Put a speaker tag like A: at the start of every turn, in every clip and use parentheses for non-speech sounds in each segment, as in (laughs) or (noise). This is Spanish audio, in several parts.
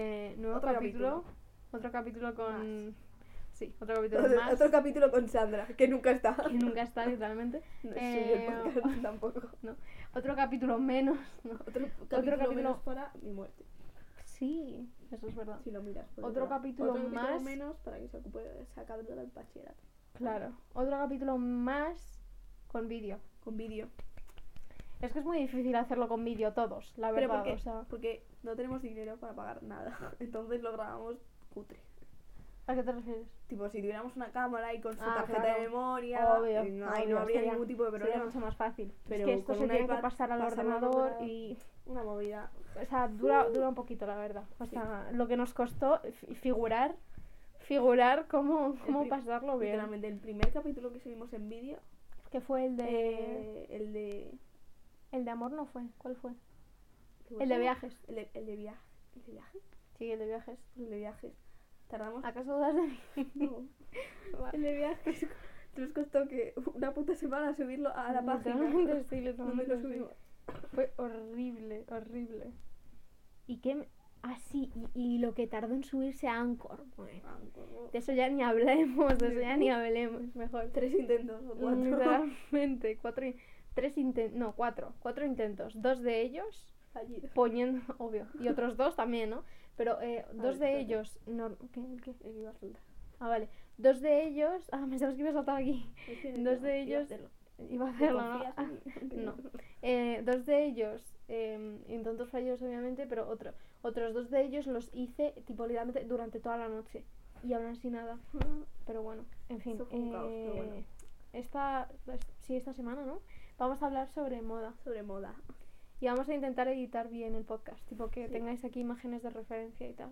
A: otro
B: capítulo.
A: Eh, capítulo. Otro capítulo con.
B: Más.
A: Sí, otro capítulo
B: Otro,
A: más.
B: otro capítulo con Sandra, que nunca está. (laughs)
A: que nunca está, literalmente.
B: No
A: Eh,
B: es suyo el podcast tampoco.
A: no. Otro capítulo menos. ¿no?
B: Otro,
A: capítulo
B: capítulo menos
A: menos
B: para mi muerte.
A: Sí, eso es verdad.
B: Si lo miras. por
A: Otro
B: detrás.
A: capítulo
B: Otro capítulo
A: más.
B: menos para que se ocupe de esa cabrona del bachillerato.
A: Claro. Otro capítulo más con vídeo.
B: Con vídeo.
A: Es que es muy difícil hacerlo con vídeo todos, la
B: Pero
A: verdad.
B: porque,
A: o sea,
B: porque no tenemos dinero para pagar nada. (laughs) Entonces lo grabamos cutre.
A: ¿A qué te refieres?
B: Tipo, si tuviéramos una cámara y con su
A: Ah,
B: tarjeta
A: claro.
B: de memoria,
A: Obvio,
B: eh, no, ahí
A: obvio,
B: no habría
A: sería-
B: ningún tipo de
A: Sería
B: problema.
A: mucho más fácil. es
B: Pero
A: que esto
B: con
A: se
B: un
A: tiene que
B: iPad,
A: pasar al
B: pasarlo al
A: ordenador
B: ordenador.
A: y.
B: Una movida.
A: O sea, dura, dura un poquito, la verdad. O sea, lo que nos costó fi- figurar, figurar cómo, cómo
B: pri-
A: pasarlo bien.
B: Literalmente, el primer capítulo que subimos en vídeo,
A: Que fue el de.
B: eh, el de.
A: El de amor no fue. ¿Cuál fue?
B: ¿qué
A: El de
B: fue?
A: viajes.
B: El de, el de viaje. ¿El de viaje?
A: Sí, el de viajes.
B: El de viajes. Tardamos.
A: ¿Acaso dudas de mí?
B: No.
A: Va.
B: el de viajes. Nos costó que una puta semana subirlo a la página.
A: Literalmente sí,
B: (laughs) donde
A: literalmente
B: lo
A: sí.
B: subimos.
A: (laughs) Fue horrible, horrible. ¿Y qué? me- Ah, sí, y, y lo que tardó en subirse a Anchor. Bueno,
B: Ah,
A: de eso ya ni hablemos, de eso ya ni hablemos, mejor.
B: Tres intentos o cuatro. (laughs)
A: Literalmente, cuatro, in- tres intentos, no, cuatro, cuatro intentos, dos de ellos
B: Fallidos.
A: poniendo, (laughs) obvio,
B: (laughs)
A: y otros dos también, ¿no? Pero eh, dos
B: ver,
A: de
B: espérate.
A: ellos, no, ¿qué, qué?
B: Eh, iba a soltar.
A: Ah, vale, dos de ellos, ah, pensabas que iba a saltar aquí, (laughs)
B: Es que
A: Dos de
B: no, iba a
A: ellos- (laughs)
B: hacerlo.
A: iba a
B: ¿Te
A: hacerlo, ¿no?
B: confías en mí? (laughs)
A: no. (laughs) Eh, dos de ellos, eh, intentos fallidos obviamente, pero otro, otros dos de ellos los hice, tipo, literalmente durante toda la noche, y aún así nada, (laughs) pero bueno, en fin,
B: Eso fue un caos, pero bueno.
A: eh, esta, pues, sí, esta semana, ¿no? Vamos a hablar sobre moda.
B: Sobre moda.
A: Y vamos a intentar editar bien el podcast, tipo que
B: Sí.
A: tengáis aquí imágenes de referencia y tal.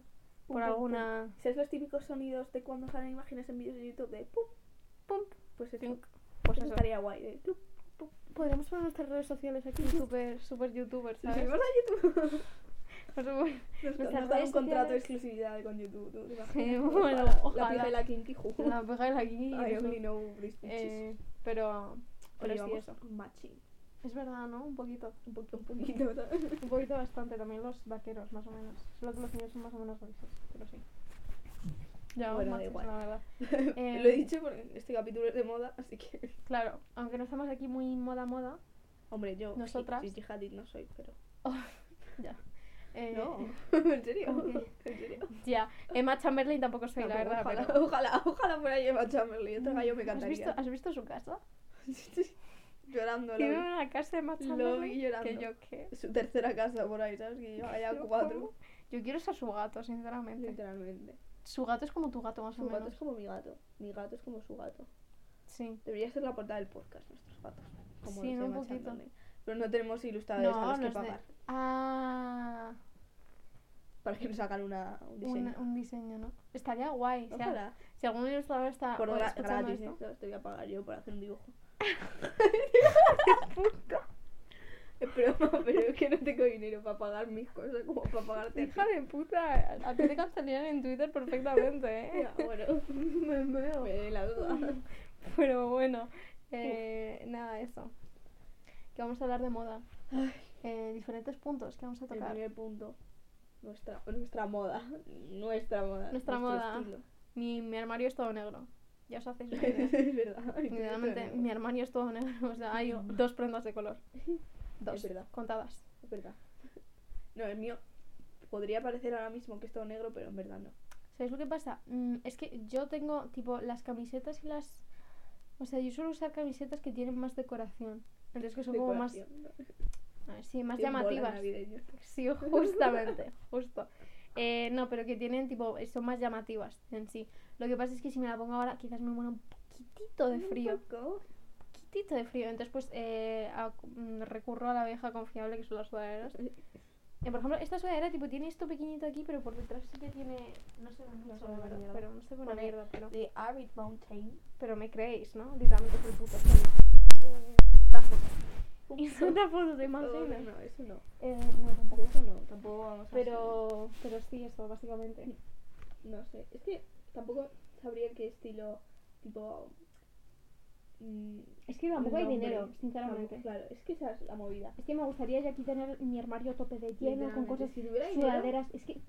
B: Pum,
A: Por
B: pum,
A: alguna...
B: ¿Sabes los típicos sonidos de cuando salen imágenes en vídeos de YouTube de pum?
A: Pum,
B: Pues eso.
A: Tink.
B: Pues
A: pues
B: eso
A: eso.
B: estaría guay. ¿eh? De clup.
A: Podríamos poner nuestras redes sociales aquí, super, super youtubers,
B: Nos
A: ¿sabes?
B: subimos a YouTube. (laughs)
A: Por supuesto. este
B: Nos,
A: Nuestras
B: nos dan
A: redes
B: un contrato de
A: sociales.
B: exclusividad con YouTube. ¿no? ¿Te imaginas?
A: (laughs) Sí, bueno,
B: Ojalá.
A: ojalá.
B: La pija y la kinky ju.
A: La pegáis aquí. y
B: I
A: eso.
B: only know these bitches.
A: Eh, pero... Pero
B: Oye,
A: sí,
B: vamos,
A: eso.
B: matching.
A: Es verdad, ¿no? Un poquito.
B: Un poquito, un
A: (laughs)
B: poquito. ¿sabes?
A: Un poquito bastante. También los vaqueros, más o menos. Solo que los niños son más o menos grises, pero sí. Ya,
B: Bueno, da
A: machos,
B: igual.
A: la verdad.
B: Lo he
A: Eh,
B: dicho porque este capítulo es de moda, así que.
A: Claro, aunque no estamos aquí muy moda moda.
B: Hombre, yo. ji-
A: Nosotras.
B: ji- Jihadit no soy, pero.
A: Ya. Eh,
B: No, (laughs) en serio.
A: Ok.
B: En serio.
A: Ya, Emma Chamberlain tampoco soy, la
B: Tampoco,
A: verdad.
B: ojalá, (laughs)
A: pero-
B: ojalá, ojalá fuera Emma Chamberlain. Este gallo me
A: ¿Has visto,
B: encantaría.
A: ¿Has visto su casa?
B: Llorando, la
A: Tiene
B: vi.
A: una casa de Emma
B: Lo vi
A: Chamberlain que
B: llorando.
A: yo qué.
B: Su tercera casa por ahí, ¿sabes? Que lleva ya
A: Pero
B: cuatro.
A: ¿cómo? Yo quiero ser su gato, sinceramente.
B: Literalmente.
A: Su gato es como tu gato, más o
B: Su
A: menos.
B: gato es como mi gato. Mi gato es como su gato.
A: Sí.
B: Debería ser la portada del podcast, nuestros gatos. Como
A: Sí,
B: los
A: ¿no?
B: de
A: Un
B: Emma
A: poquito.
B: Chamberlain. Pero no tenemos ilustradores a los
A: no
B: que
A: es de-
B: pagar.
A: Ah,
B: Para que nos hagan una, un
A: una-
B: diseño.
A: un diseño, ¿no? Estaría guay. o sea,
B: Ojalá.
A: si algún ilustrador está
B: por
A: o
B: gra-
A: escuchando
B: gratis,
A: esto-
B: ¿eh? No, te voy a pagar yo por hacer
A: (laughs)
B: un dibujo. Es broma, pero es que no tengo dinero para pagar mis cosas como para pagarte. a
A: (laughs)
B: ti.
A: Hija de puta, a ti te cancelarían en Twitter perfectamente, ¿eh?
B: (laughs) Ya, bueno,
A: Me meo.
B: me doy la duda.
A: Pero bueno, eh, nada, eso. Que vamos a hablar de moda.
B: Ay.
A: Eh, diferentes puntos que vamos a
B: El
A: tocar.
B: primer punto. Nuestra, nuestra moda. Nuestra moda.
A: Nuestra
B: nuestro
A: moda.
B: estilo.
A: Mi, mi armario es todo negro. Ya os hacéis una
B: (laughs)
A: idea.
B: es verdad.
A: Literalmente, mi armario es todo negro. O sea,
B: (laughs)
A: hay dos prendas de color. Dos.
B: verdad.
A: Contadas.
B: Es verdad. No, el mío podría parecer ahora mismo que es todo negro, pero en verdad no.
A: ¿Sabéis lo que pasa? Mm, es que yo tengo, tipo, las camisetas y las... O sea, yo suelo usar camisetas que tienen más decoración. Entonces que son como más...
B: Decoración, ¿no?
A: ah, Sí, más
B: Tiene un bola
A: llamativas.
B: navideño.
A: Sí, (laughs) justamente, justo. Eh, no, pero que tienen tipo, eh, son más llamativas en sí. Lo que pasa es que si me la pongo ahora, quizás me muera un poquitito de frío.
B: Un poco.
A: poquitito de frío. Entonces, pues eh, ac- mm, recurro a la vieja confiable que son las sudaderas. Eh, por ejemplo, esta sudadera tipo tiene esto pequeñito aquí, pero por detrás sí que tiene. No sé, no
B: No
A: sé,
B: sé,
A: la verdad,
B: mierda.
A: pero no sé una
B: Pone-
A: mierda, pero.
B: The Arid (laughs) Mountain.
A: Pero me creéis, ¿no? Literalmente soy puto. (laughs) Es una foto, ¿te
B: Oh,
A: imaginas?
B: no, eso no.
A: Eh, no,
B: De
A: tampoco.
B: eso no, tampoco vamos a hacer-
A: Pero, pero sí, eso, básicamente.
B: No sé, es que tampoco sabría qué estilo, tipo... mm,
A: Es que tampoco hay
B: nombre.
A: dinero, sinceramente.
B: Tampoco- claro, es que esa es la movida.
A: Es que me gustaría ya aquí tener mi armario a tope de lleno, con
B: Literalmente,
A: cosas
B: si tuviera dinero-
A: sudaderas. Es que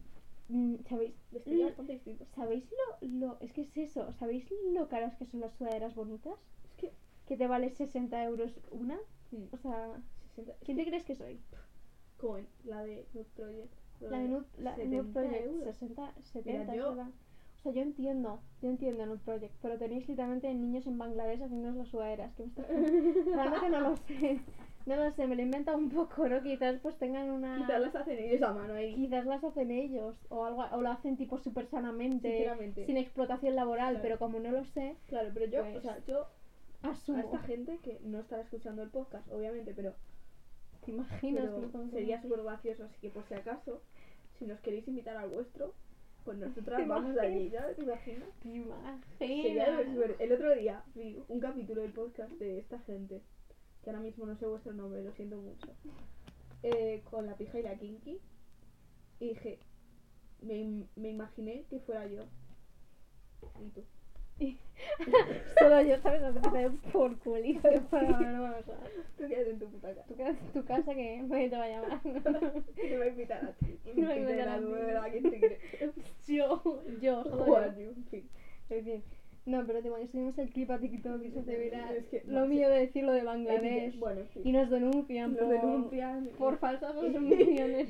A: mm, ¿sabéis?
B: De estilos bastante distintos.
A: ¿Sabéis lo, lo- Es que es eso. ¿Sabéis lo caras que son las sudaderas bonitas?
B: Es que.
A: Que te vale 60 euros una.
B: mm,
A: O sea,
B: 60 es
A: ¿quién te crees que soy?
B: (laughs) como en la de Nude Project. lo
A: La de Nude, la Nude
B: 70
A: Project,
B: euros.
A: 60, 70,
B: yo-
A: es verdad. O sea, yo entiendo, yo entiendo Nude Project, pero tenéis literalmente niños en Bangladesh haciéndonos las sudaderas. Que me
B: (laughs)
A: está... Realmente no lo sé. No lo sé, me lo he inventado un poco, ¿no? Quizás pues tengan una...
B: Quizás las hacen ellos a mano ahí.
A: Quizás las hacen ellos, o algo o lo hacen tipo súper sanamente,
B: Sinceramente.
A: sin explotación laboral,
B: Claro.
A: pero como no lo sé,
B: Claro, pero yo, o
A: Pues,
B: sea, yo a
A: asumo.
B: esta gente que no estará escuchando el podcast, obviamente, pero,
A: ¿Te imaginas?
B: pero
A: que nos vamos a-
B: sería súper gracioso, así que por si acaso, si nos queréis invitar al vuestro, pues
A: ¿Te (laughs)
B: nosotras vamos allí,
A: imaginas?
B: ¿ya? ¿Te imaginas?
A: ¿Te
B: Sería
A: imaginas?
B: súper- El otro día vi un capítulo del podcast de esta gente, que ahora mismo no sé vuestro nombre, lo siento mucho, eh, con la pija y la kinky, y dije, me, im- me imaginé que fuera yo. Y tú.
A: Solo yo, ¿sabes? Así que te doy por culito. Bueno, bueno, vamos a ver.
B: (laughs) Tú quédate en tu puta casa.
A: Tú quédate en tu casa que nadie te va a llamar.
B: (laughs) Te va a invitar
A: (laughs)
B: a ti.
A: Me va a invitar a
B: a
A: mí.
B: ¿Quién te cree?
A: (laughs) yo, yo, solo
B: Juan,
A: yo.
B: yo, en fin.
A: En fin. No, pero te imaginas, subimos el clip a TikTok y se te verá
B: Es que,
A: lo
B: no,
A: mío de decir lo de
B: Así
A: Bangladesh.
B: que, Bueno, en
A: Y
B: fin.
A: nos denuncian
B: Nos
A: por,
B: denuncian.
A: por
B: (laughs)
A: falsas opiniones.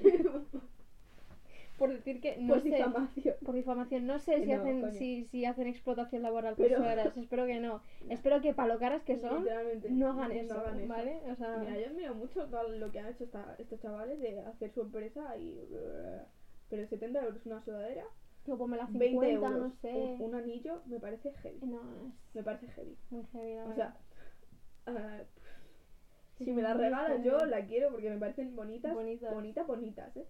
A: por decir que no
B: Por
A: sé.
B: difamación.
A: Por difamación, no sé
B: Que
A: si,
B: no,
A: hacen,
B: coño.
A: si, si hacen explotación laboral con
B: Pero- (laughs)
A: suegras. Espero que no. Espero que para lo caras que son,
B: Literalmente,
A: no hagan eso, ¿vale? O sea,
B: Mira, yo admiro mucho todo lo que han hecho esta- estos chavales de hacer su empresa y. Pero 70 euros una sudadera,
A: yo ponme las 50,
B: 20 euros
A: Ah, no sé. Eh,
B: un, un anillo, me parece heavy.
A: No,
B: Me parece heavy.
A: es muy heavy, la
B: O
A: verdad.
B: sea, ah,
A: Sí,
B: si me la
A: muy heavy.
B: regalan yo la quiero porque me parecen bonitas.
A: Bonitas.
B: Bonitas, bonitas, ¿eh?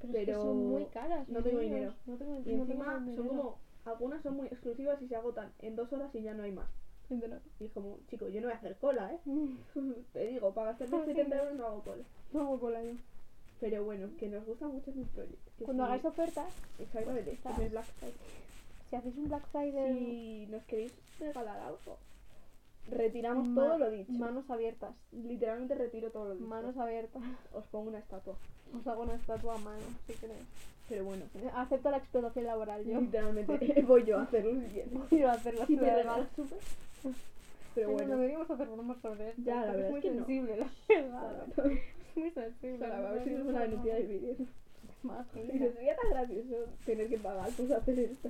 A: pero, es que
B: pero
A: son muy caras.
B: no tengo
A: niños,
B: dinero.
A: No tengo,
B: Y
A: no tengo
B: encima
A: dinero. (laughs)
B: son como. Algunas son muy exclusivas y se agotan en dos horas y ya no hay más.
A: Entonces,
B: Y es como, chico, yo no voy a hacer cola, ¿eh? (laughs)
A: mm,
B: Te digo, para
A: (laughs)
B: gastarme 70 euros no hago cola.
A: No hago cola yo.
B: Pero bueno, que nos gusta mucho el proyecto.
A: Cuando hagáis ofertas,
B: Exactamente,
A: está.
B: en el Black Friday.
A: si hacéis un Black Friday.
B: Si nos queréis regalar algo, retiramos
A: ma-
B: todo lo dicho.
A: Manos abiertas.
B: Literalmente retiro todo lo dicho.
A: Manos abiertas. (laughs)
B: Os pongo una estatua.
A: Os hago una estatua a mano, si queréis.
B: Pero bueno,
A: Acepto la explotación laboral ¿Eh? yo. (laughs)
B: literalmente (laughs) voy yo a hacerlo bien.
A: Quiero hacer la
B: Si me
A: ciudad de
B: (laughs) regalas
A: Bala.
B: súper. Pero
A: Ay, No
B: bueno,
A: deberíamos hacer bromas sobre esto.
B: Ya, la
A: porque
B: verdad
A: es muy
B: es que no.
A: sensible,
B: (laughs)
A: la verdad.
B: Claro.
A: Es (laughs) muy sensible.
B: Claro, a ver si nos
A: deberíamos
B: van a
A: hacer
B: denunciar el
A: bromas.
B: vídeo. Y
A: Imagina,
B: sería tan gracioso tener que pagar por hacer esto.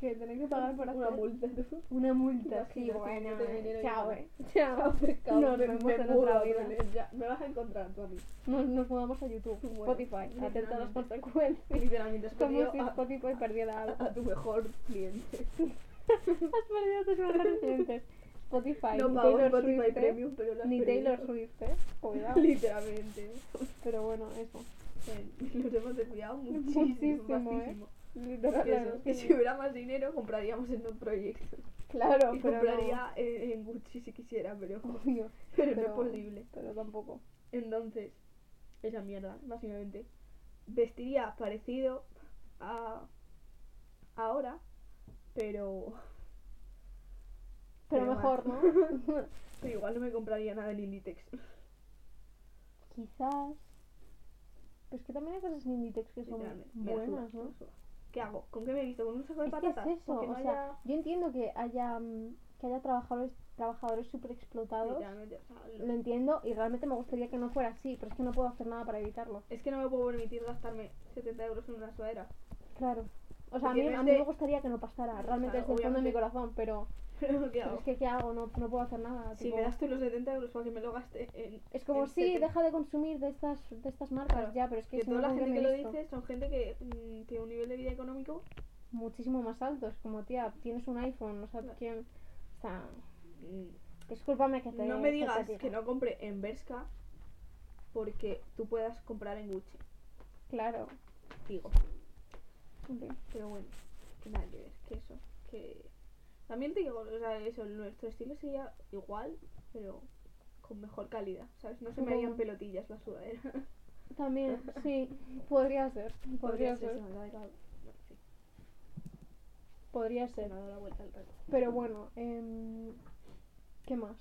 A: Que tenéis que pagar por
B: una
A: hacer
B: multa, ¿no? (laughs)
A: Una multa,
B: Imagina,
A: sí,
B: sí,
A: bueno.
B: yo tengo dinero pues, y
A: Chao,
B: no.
A: eh. Chao. Nos vemos en otra
B: mudo,
A: vida.
B: Antonio, ya, me vas a encontrar tú a mí.
A: Nos, nos mudamos a YouTube,
B: Bueno,
A: Spotify. Atento a las
B: literalmente. (laughs)
A: consecuencias.
B: Literalmente, has
A: Como
B: perdido
A: si
B: a,
A: Spotify perdiera algo.
B: a- a tu mejor cliente.
A: (laughs) Has perdido tus mejores clientes. Spotify,
B: No
A: ni
B: pago
A: Taylor
B: Spotify
A: Swift, eh.
B: Premium, pero lo has
A: Ni
B: perdido.
A: Taylor Swift, eh. (laughs) Cuidado.
B: Literalmente.
A: Pero bueno, eso.
B: Eh, Nos hemos desviado muchísimo.
A: Muchísimo, ¿eh?
B: muchísimo.
A: Literal,
B: Que,
A: claro,
B: eso, que si hubiera más dinero, compraríamos en un proyecto.
A: Claro,
B: Y
A: pero
B: compraría en, en Gucci si quisiera,
A: (laughs)
B: pero,
A: no. Obvio,
B: pero, no
A: pero-
B: es posible.
A: pero tampoco.
B: Entonces, esa mierda, básicamente. Vestiría parecido a ahora, pero,
A: Pero
B: Pero
A: mejor, ¿no?
B: (laughs) pero igual no me compraría nada en Inditex.
A: Quizás. Pero es que también hay cosas en Inditex que son
B: Literalmente, me la suda,
A: buenas,
B: me
A: ¿no?
B: la suda. ¿Qué hago? ¿Con qué me he visto? ¿Con un saco de
A: Es que
B: patatas?
A: es eso,
B: Porque no
A: o sea,
B: haya-
A: yo entiendo que haya mm, que haya trabajadores trabajadores super explotados,
B: Literalmente, o sea, lo-
A: lo entiendo y realmente me gustaría que no fuera así, pero es que no puedo hacer nada para evitarlo.
B: Es que no me puedo permitir gastarme 70 euros en una sudadera. (laughs)
A: Claro. O sea, a mí,
B: Porque no
A: a
B: es
A: mí
B: de-
A: me gustaría que no pasara, realmente desde
B: Claro,
A: el fondo de mi
B: obviamente.
A: corazón, pero,
B: Pero, ¿qué
A: pero
B: hago?
A: es que ¿qué hago? No, no puedo hacer nada.
B: Si
A: tipo,
B: me das tú los 70 euros para que me lo gaste en.
A: es como,
B: en
A: sí,
B: 70.
A: deja de consumir de estas de estas marcas
B: Claro,
A: ya, pero es que,
B: Que
A: si no,
B: toda la
A: ¿con qué
B: gente que
A: me
B: lo
A: visto?
B: dice son gente que mm, tiene un nivel de vida económico
A: muchísimo más altos. Como tía, tienes un iPhone, no sabes
B: Claro.
A: quién. O sea,
B: mm,
A: discúlpame que te.
B: No
A: que
B: me
A: te
B: digas
A: diga.
B: que no compre en Berska porque tú puedas comprar en Gucci.
A: Claro.
B: Digo, pero bueno, que nada que ver, que eso, que... También te digo, o sea, eso, nuestro estilo sería igual, pero con mejor calidad, ¿sabes? No se me
A: Supongo.
B: harían pelotillas
A: (laughs)
B: la sudadera.
A: También, sí, podría ser. Podría ser.
B: se me da la- bueno, en fin,
A: Podría
B: se
A: ser.
B: me ha dado la vuelta al reloj.
A: Pero bueno, em, ¿qué más?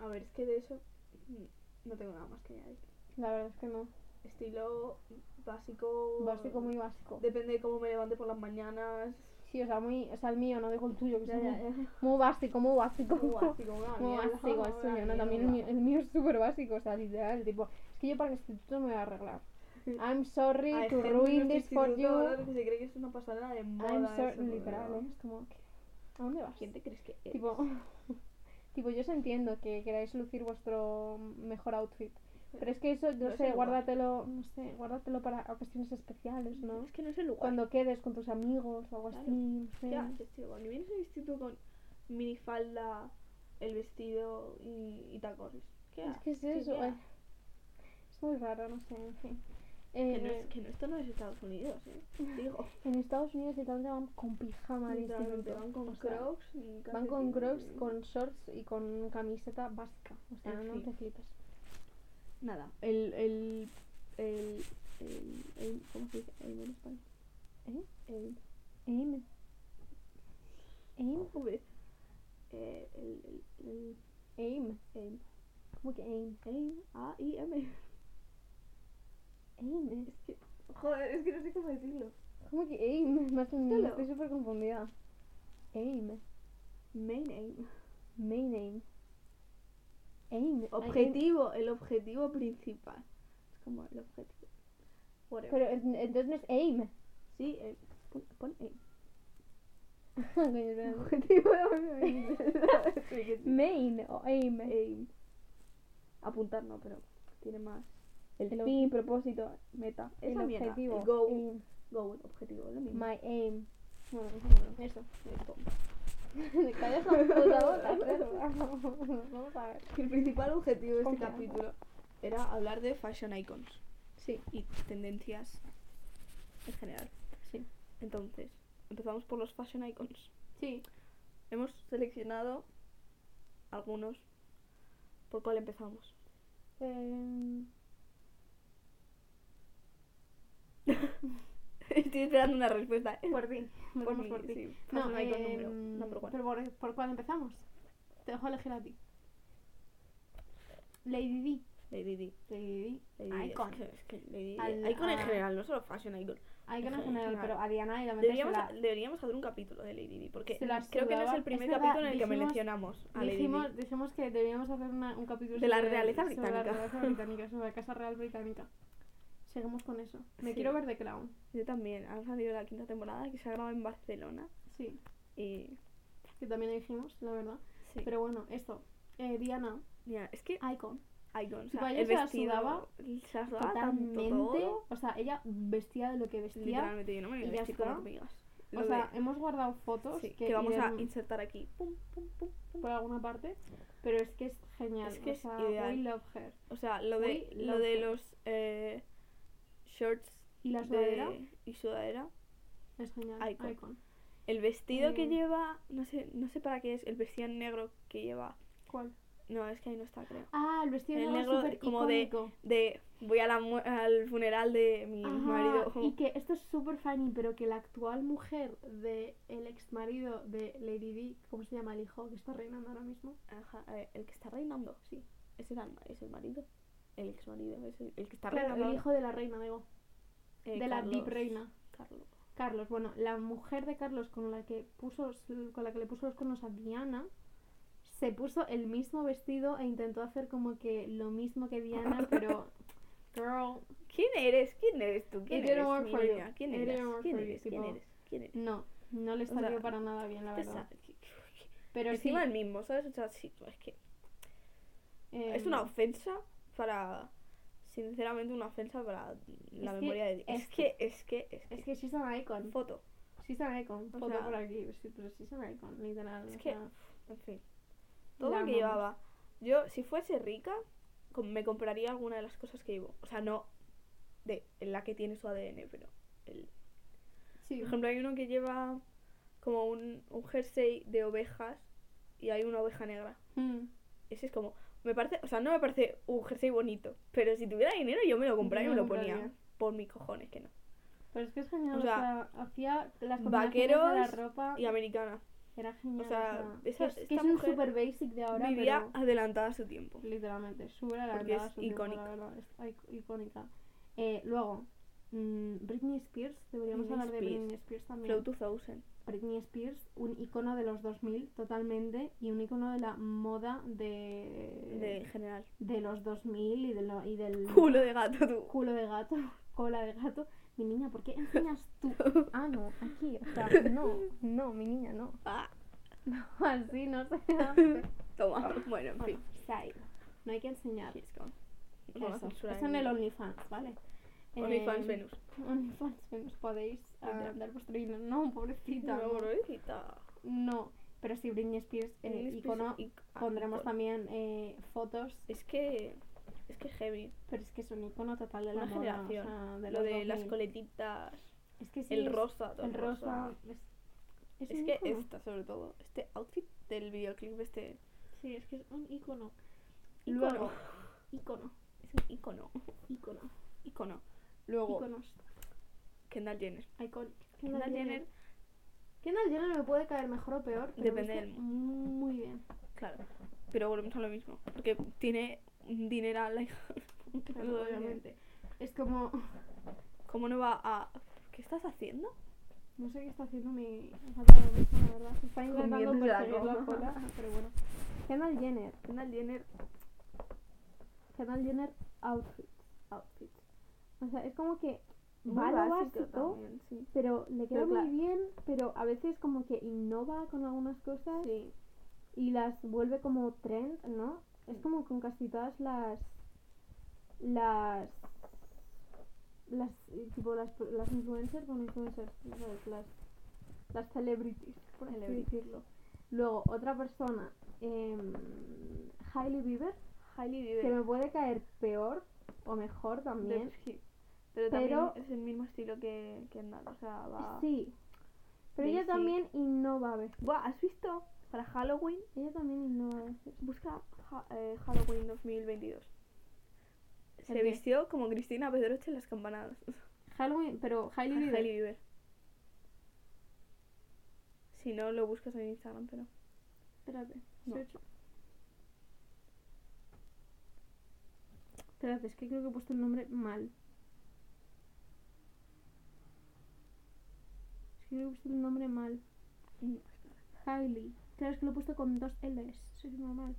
B: A ver, es que de eso mm, no tengo nada más que añadir.
A: La verdad es que no.
B: estilo básico.
A: Básico, muy básico.
B: Depende de cómo me levante por las mañanas.
A: Sí, o sea, muy, o sea, el mío, no digo el tuyo, que
B: Ya,
A: es
B: ya,
A: Pues muy-
B: ya.
A: muy básico, muy básico.
B: Muy
A: (laughs)
B: básico, una
A: Muy
B: mierda,
A: básico el
B: una
A: suyo, no, también el mío,
B: mierda.
A: el mío es súper básico, o sea, literal, tipo, es que yo para el instituto me voy a
B: (laughs)
A: arreglar. I'm sorry
B: Hay
A: to
B: gente en nuestro
A: ruin this for
B: instituto ahora
A: you.
B: que se cree que es una pasarela de moda.
A: I'm
B: eso,
A: sorry,
B: no,
A: literal,
B: no.
A: ¿eh? es como, que, ¿a dónde vas?
B: ¿Quién te crees que es?
A: Tipo, (laughs) tipo, yo os entiendo que queráis lucir vuestro mejor outfit, pero es que eso, no
B: No es
A: sé,
B: el lugar.
A: guárdatelo, no sé, guárdatelo para ocasiones especiales, ¿no?
B: Es que no es el lugar.
A: Cuando quedes con tus amigos o algo
B: Claro.
A: así, no sé.
B: ¿Qué haces, tío? Cuando vienes al instituto con minifalda, el vestido y, y tacones. ¿Qué
A: Es
B: haces?
A: que es
B: ¿Qué
A: eso,
B: queda?
A: eh. es muy raro, no sé, en fin.
B: Que, no
A: Eh,
B: es, que no, esto no es Estados Unidos,
A: (laughs)
B: ¿eh? Digo,
A: En Estados Unidos literalmente van con pijama al
B: literalmente
A: instituto.
B: van con
A: o sea,
B: crocs y
A: Van con
B: calcetines.
A: crocs, con shorts y con camiseta básica. O sea,
B: En
A: no
B: fin.
A: te flipes.
B: Nada, el, el, el, el, el- ¿cómo se dice? El en español.
A: ¿Eh?
B: El,
A: Aim. Aim.
B: joder. Eh, el, el, el,
A: Aim.
B: el,
A: ¿Cómo que aim?
B: el, A, I, M.
A: Aim.
B: Es que, joder, es que no sé cómo decirlo.
A: ¿Cómo que aim? (laughs) Más o menos,
B: Dilo.
A: estoy súper confundida. Aim.
B: Main aim.
A: Main aim. Aim. I aim.
B: Objetivo, el objetivo principal. Es como el objetivo. Whatever.
A: Pero en- entonces no es aim. (laughs)
B: sí, el, pon, pon aim.
A: Coño, espera.
B: (laughs) Objetivo (laughs) aim.
A: Main o aim.
B: aim. Apuntar no, pero tiene más. El,
A: El
B: fin, propósito, meta.
A: El
B: Esa mierda,
A: objetivo.
B: el goal.
A: aim.
B: Goal, objetivo, es lo mismo.
A: My aim.
B: Bueno, bueno,
A: Eso. (laughs)
B: el goal.
A: Me callas
B: (laughs)
A: la puta boca, perra. (laughs) Vamos a ver.
B: El principal objetivo de este
A: Confianza.
B: capítulo era hablar de fashion icons.
A: Sí.
B: y tendencias en general.
A: Sí.
B: Entonces, empezamos por los fashion icons.
A: Sí.
B: Hemos seleccionado algunos. ¿Por cuál empezamos? (laughs) Em, Estoy esperando una respuesta. ¿eh?
A: por ti.
B: Por
A: Vamos
B: mi-
A: por ti.
B: sí, fashion icon número-
A: em,
B: number one.
A: pero por, por cuál empezamos? Te dejo elegir a ti. Lady D.
B: Lady D.
A: Lady D.
B: Lady D, es
A: Icon.
B: que- es que Lady D-
A: Al-
B: icon en
A: a-
B: general, no solo fashion icon.
A: Icon en
B: Icon
A: general,
B: general.
A: pero a Diana y la
B: Deberíamos, deberíamos hacer un capítulo de Lady D. Porque
A: Se la
B: creo que no es
A: sudaba.
B: el primer
A: Es verdad,
B: capítulo en el que
A: dijimos-
B: mencionamos a Lady
A: Dijimos,
B: D.
A: dijimos que debíamos hacer una- un capítulo
B: De la
A: sobre-
B: realeza
A: sobre
B: británica.
A: la realeza británica, sobre la casa real británica. Seguimos con eso. Me
B: Sí.
A: quiero ver de clown.
B: Yo también. Han salido la quinta temporada que se ha grabado en Barcelona.
A: Sí,
B: Y.
A: que también lo dijimos, la verdad.
B: sí.
A: Pero bueno, esto. Eh, Diana,
B: Mira, es que
A: icon.
B: Icon, o
A: Tipo,
B: sea,
A: ella
B: el
A: se la
B: vestido
A: sudaba
B: se la sudaba tanto
A: Totalmente.
B: todo,
A: Ah, O sea, ella vestía de lo que vestía.
B: literalmente yo no me voy
A: y
B: a
A: ya
B: vestir como
A: está.
B: hormigas.
A: O
B: Lo
A: sea,
B: de-
A: hemos guardado fotos
B: sí,
A: que,
B: que, vamos a
A: irán
B: insertar aquí. Pum, pum, pum, pum.
A: por alguna parte. Pero es que es genial.
B: Es que
A: o
B: es
A: sea,
B: ideal.
A: we love her.
B: O sea, lo de
A: We
B: lo
A: love
B: de
A: her.
B: los eh, shorts
A: Y la
B: de-
A: sudadera
B: y sudadera,
A: es genial.
B: Icon.
A: Icon.
B: el vestido que
A: Mm.
B: lleva, no sé, no sé para qué es, el vestido negro que lleva.
A: ¿Cuál?
B: No, es que ahí no está, creo.
A: Ah, el vestido
B: El
A: negro,
B: negro
A: súper
B: como de-
A: icónico.
B: De voy a la mu- al funeral de mi
A: Ajá,
B: marido.
A: Y que esto es súper funny, pero que la actual mujer del el ex marido de Lady D, ¿cómo se llama el hijo que está reinando ahora mismo?
B: Ajá, eh, el que está reinando, sí. Ese era el ma- es el marido. El ex marido, es el, el que está
A: Claro,
B: reinando.
A: el
B: ahora.
A: hijo de la reina, digo.
B: Eh,
A: de la Deep
B: Carlos.
A: Reina.
B: Carlos.
A: Carlos, bueno, la mujer de Carlos con la que puso con la que le puso los cuernos a Diana se puso el mismo vestido e intentó hacer como que lo mismo que
B: (laughs)
A: Diana, pero girl,
B: ¿Quién eres? ¿Quién eres tú? ¿Quién
A: It
B: eres?
A: didn't work
B: mi
A: for you.
B: niña? ¿Quién
A: It
B: eres?
A: didn't work
B: ¿Quién
A: for you,
B: eres? ¿Quién
A: tipo,
B: eres? ¿Quién eres?
A: no, no le
B: O sea,
A: salió para nada bien, la
B: ¿Qué
A: verdad.
B: sa- qué- qué-
A: Pero sí,
B: Encima el mismo, ¿sabes? O sea, sí, pues, es que es
A: em,
B: una ofensa para. Sinceramente, una ofensa para la
A: Es que-
B: memoria de Dios. Es
A: es
B: que, es que, es que.
A: es que she's an icon.
B: Foto.
A: She's an icon.
B: O
A: Foto
B: sea-
A: por aquí, sí, pero she's an icon, literal.
B: Es
A: o
B: que-
A: sea,
B: En fin. Todo
A: La
B: lo que
A: amamos.
B: llevaba. Yo, si fuese rica, com- me compraría alguna de las cosas que llevo. O sea, no de la que tiene su ADN, pero el,
A: sí.
B: Por ejemplo, hay uno que lleva como un, un jersey de ovejas y hay una oveja negra.
A: Mm.
B: Ese es como, me parece, o sea, no me parece un jersey bonito, pero si tuviera dinero yo me lo compraría y
A: Yo
B: me lo
A: lo
B: ponía.
A: compraría.
B: Por mis cojones que no.
A: Pero es que es genial,
B: O
A: o sea,
B: sea,
A: hacía las combinaciones de la
B: vaqueros
A: ropa
B: Y americana.
A: Era genial.
B: O sea, esa-
A: es, que
B: esta
A: es un
B: mujer
A: super basic de ahora,
B: Vivía
A: pero
B: adelantada a su tiempo.
A: literalmente, súper
B: Porque
A: adelantada
B: es
A: a su tiempo, la
B: icónica.
A: verdad, es ic- icónica. Eh, luego, mm, Britney Spears, deberíamos
B: Britney
A: hablar de
B: Spears.
A: Britney Spears también.
B: Flow 2000.
A: Britney Spears, un icono de los 2000 totalmente y un icono de la moda
B: De en
A: de,
B: general.
A: de los 2000 y, de lo- y del
B: Culo de gato, tú.
A: culo de gato, (laughs) cola de gato. Mi niña, ¿por qué enseñas
B: (laughs)
A: tú? Ah, no, aquí, o sea, no, no, mi niña, no. (laughs)
B: Ah,
A: Así no se hace.
B: toma.
A: Ah.
B: Bueno, en
A: Bueno,
B: fin.
A: se ha ido. No hay que enseñar.
B: Aquí es como- Nos van a
A: Eso,
B: censurar
A: eso en
B: el-
A: el OnlyFans, ¿vale?
B: OnlyFans
A: Em,
B: Venus.
A: OnlyFans Venus, podéis
B: Ah.
A: andar vuestro dinero. No, pobrecita.
B: No,
A: No,
B: pobrecita.
A: No, pero sí, Britney Spears, eh,
B: Britney Spears,
A: icono,
B: ic- ah,
A: pondremos
B: por-
A: también eh, fotos,
B: Es que. Es que heavy.
A: pero es que es un icono total de la
B: Una
A: moda, o sea,
B: generación.
A: de
B: Lo
A: los
B: de las
A: 2000.
B: coletitas.
A: Es que sí,
B: El
A: es-
B: rosa, todo
A: el rosa. Es, es
B: Es
A: un
B: que
A: ícono.
B: esta, sobre todo. Este outfit del videoclip, este.
A: Sí, es que es un icono.
B: Ícono.
A: Luego, icono,
B: Es un icono.
A: icono,
B: Icono. Luego,
A: iconos,
B: Kendall Jenner.
A: iconic.
B: Kendall Jenner,
A: Kendall Jenner me puede caer mejor o peor, pero
B: Depende
A: viste
B: del
A: muy bien.
B: claro. Pero volvemos a lo mismo. Porque tiene un (laughs) dineral la hija.
A: Claro, obviamente. Es como, (laughs)
B: ¿Cómo no va a.? ¿Qué estás haciendo?
A: no sé qué está haciendo mi falta de mismo, la verdad. Se está intentando
C: Comiéndose la
A: perseguir la
C: goma.
A: cola, pero bueno. Kendall Jenner, Kendall Jenner, Kendall Jenner outfits, outfits. O sea, es como que va a lo básico,
C: también, sí.
A: pero le queda
C: Pero
A: muy
C: claro.
A: bien, pero a veces como que innova con algunas cosas
B: Sí.
A: y las vuelve como trend, ¿no? Es como con casi todas las las las eh, tipo las, las influencers, bueno, influencers, ya sabes, las las celebrities, por así
B: Celebrities.
A: decirlo. Luego otra persona, em, Hailey Bieber,
B: Hailey
A: que
B: Bieber.
A: me puede caer peor o mejor también.
B: De- sí. Pero también
A: Pero-
B: es el mismo estilo que Kendall. O sea, va.
A: Sí. Pero ella
B: Basic.
A: también innova a veces.
B: Buah, ¿has visto? Para Halloween,
A: Ella también innova a veces.
B: busca ha- eh, Halloween 2022. Se
A: ¿El qué?
B: vistió como Cristina Pedroche en las campanadas.
A: Halloween, pero Hailey Bieber.
B: Ah, Hailey Bieber. Si no, lo buscas en Instagram, pero.
A: Espérate,
B: No.
A: search. Espérate, es que creo que he puesto el nombre mal. Es que creo que he puesto el nombre mal. Hailey. Claro, es que lo he puesto con dos L's. Soy normal.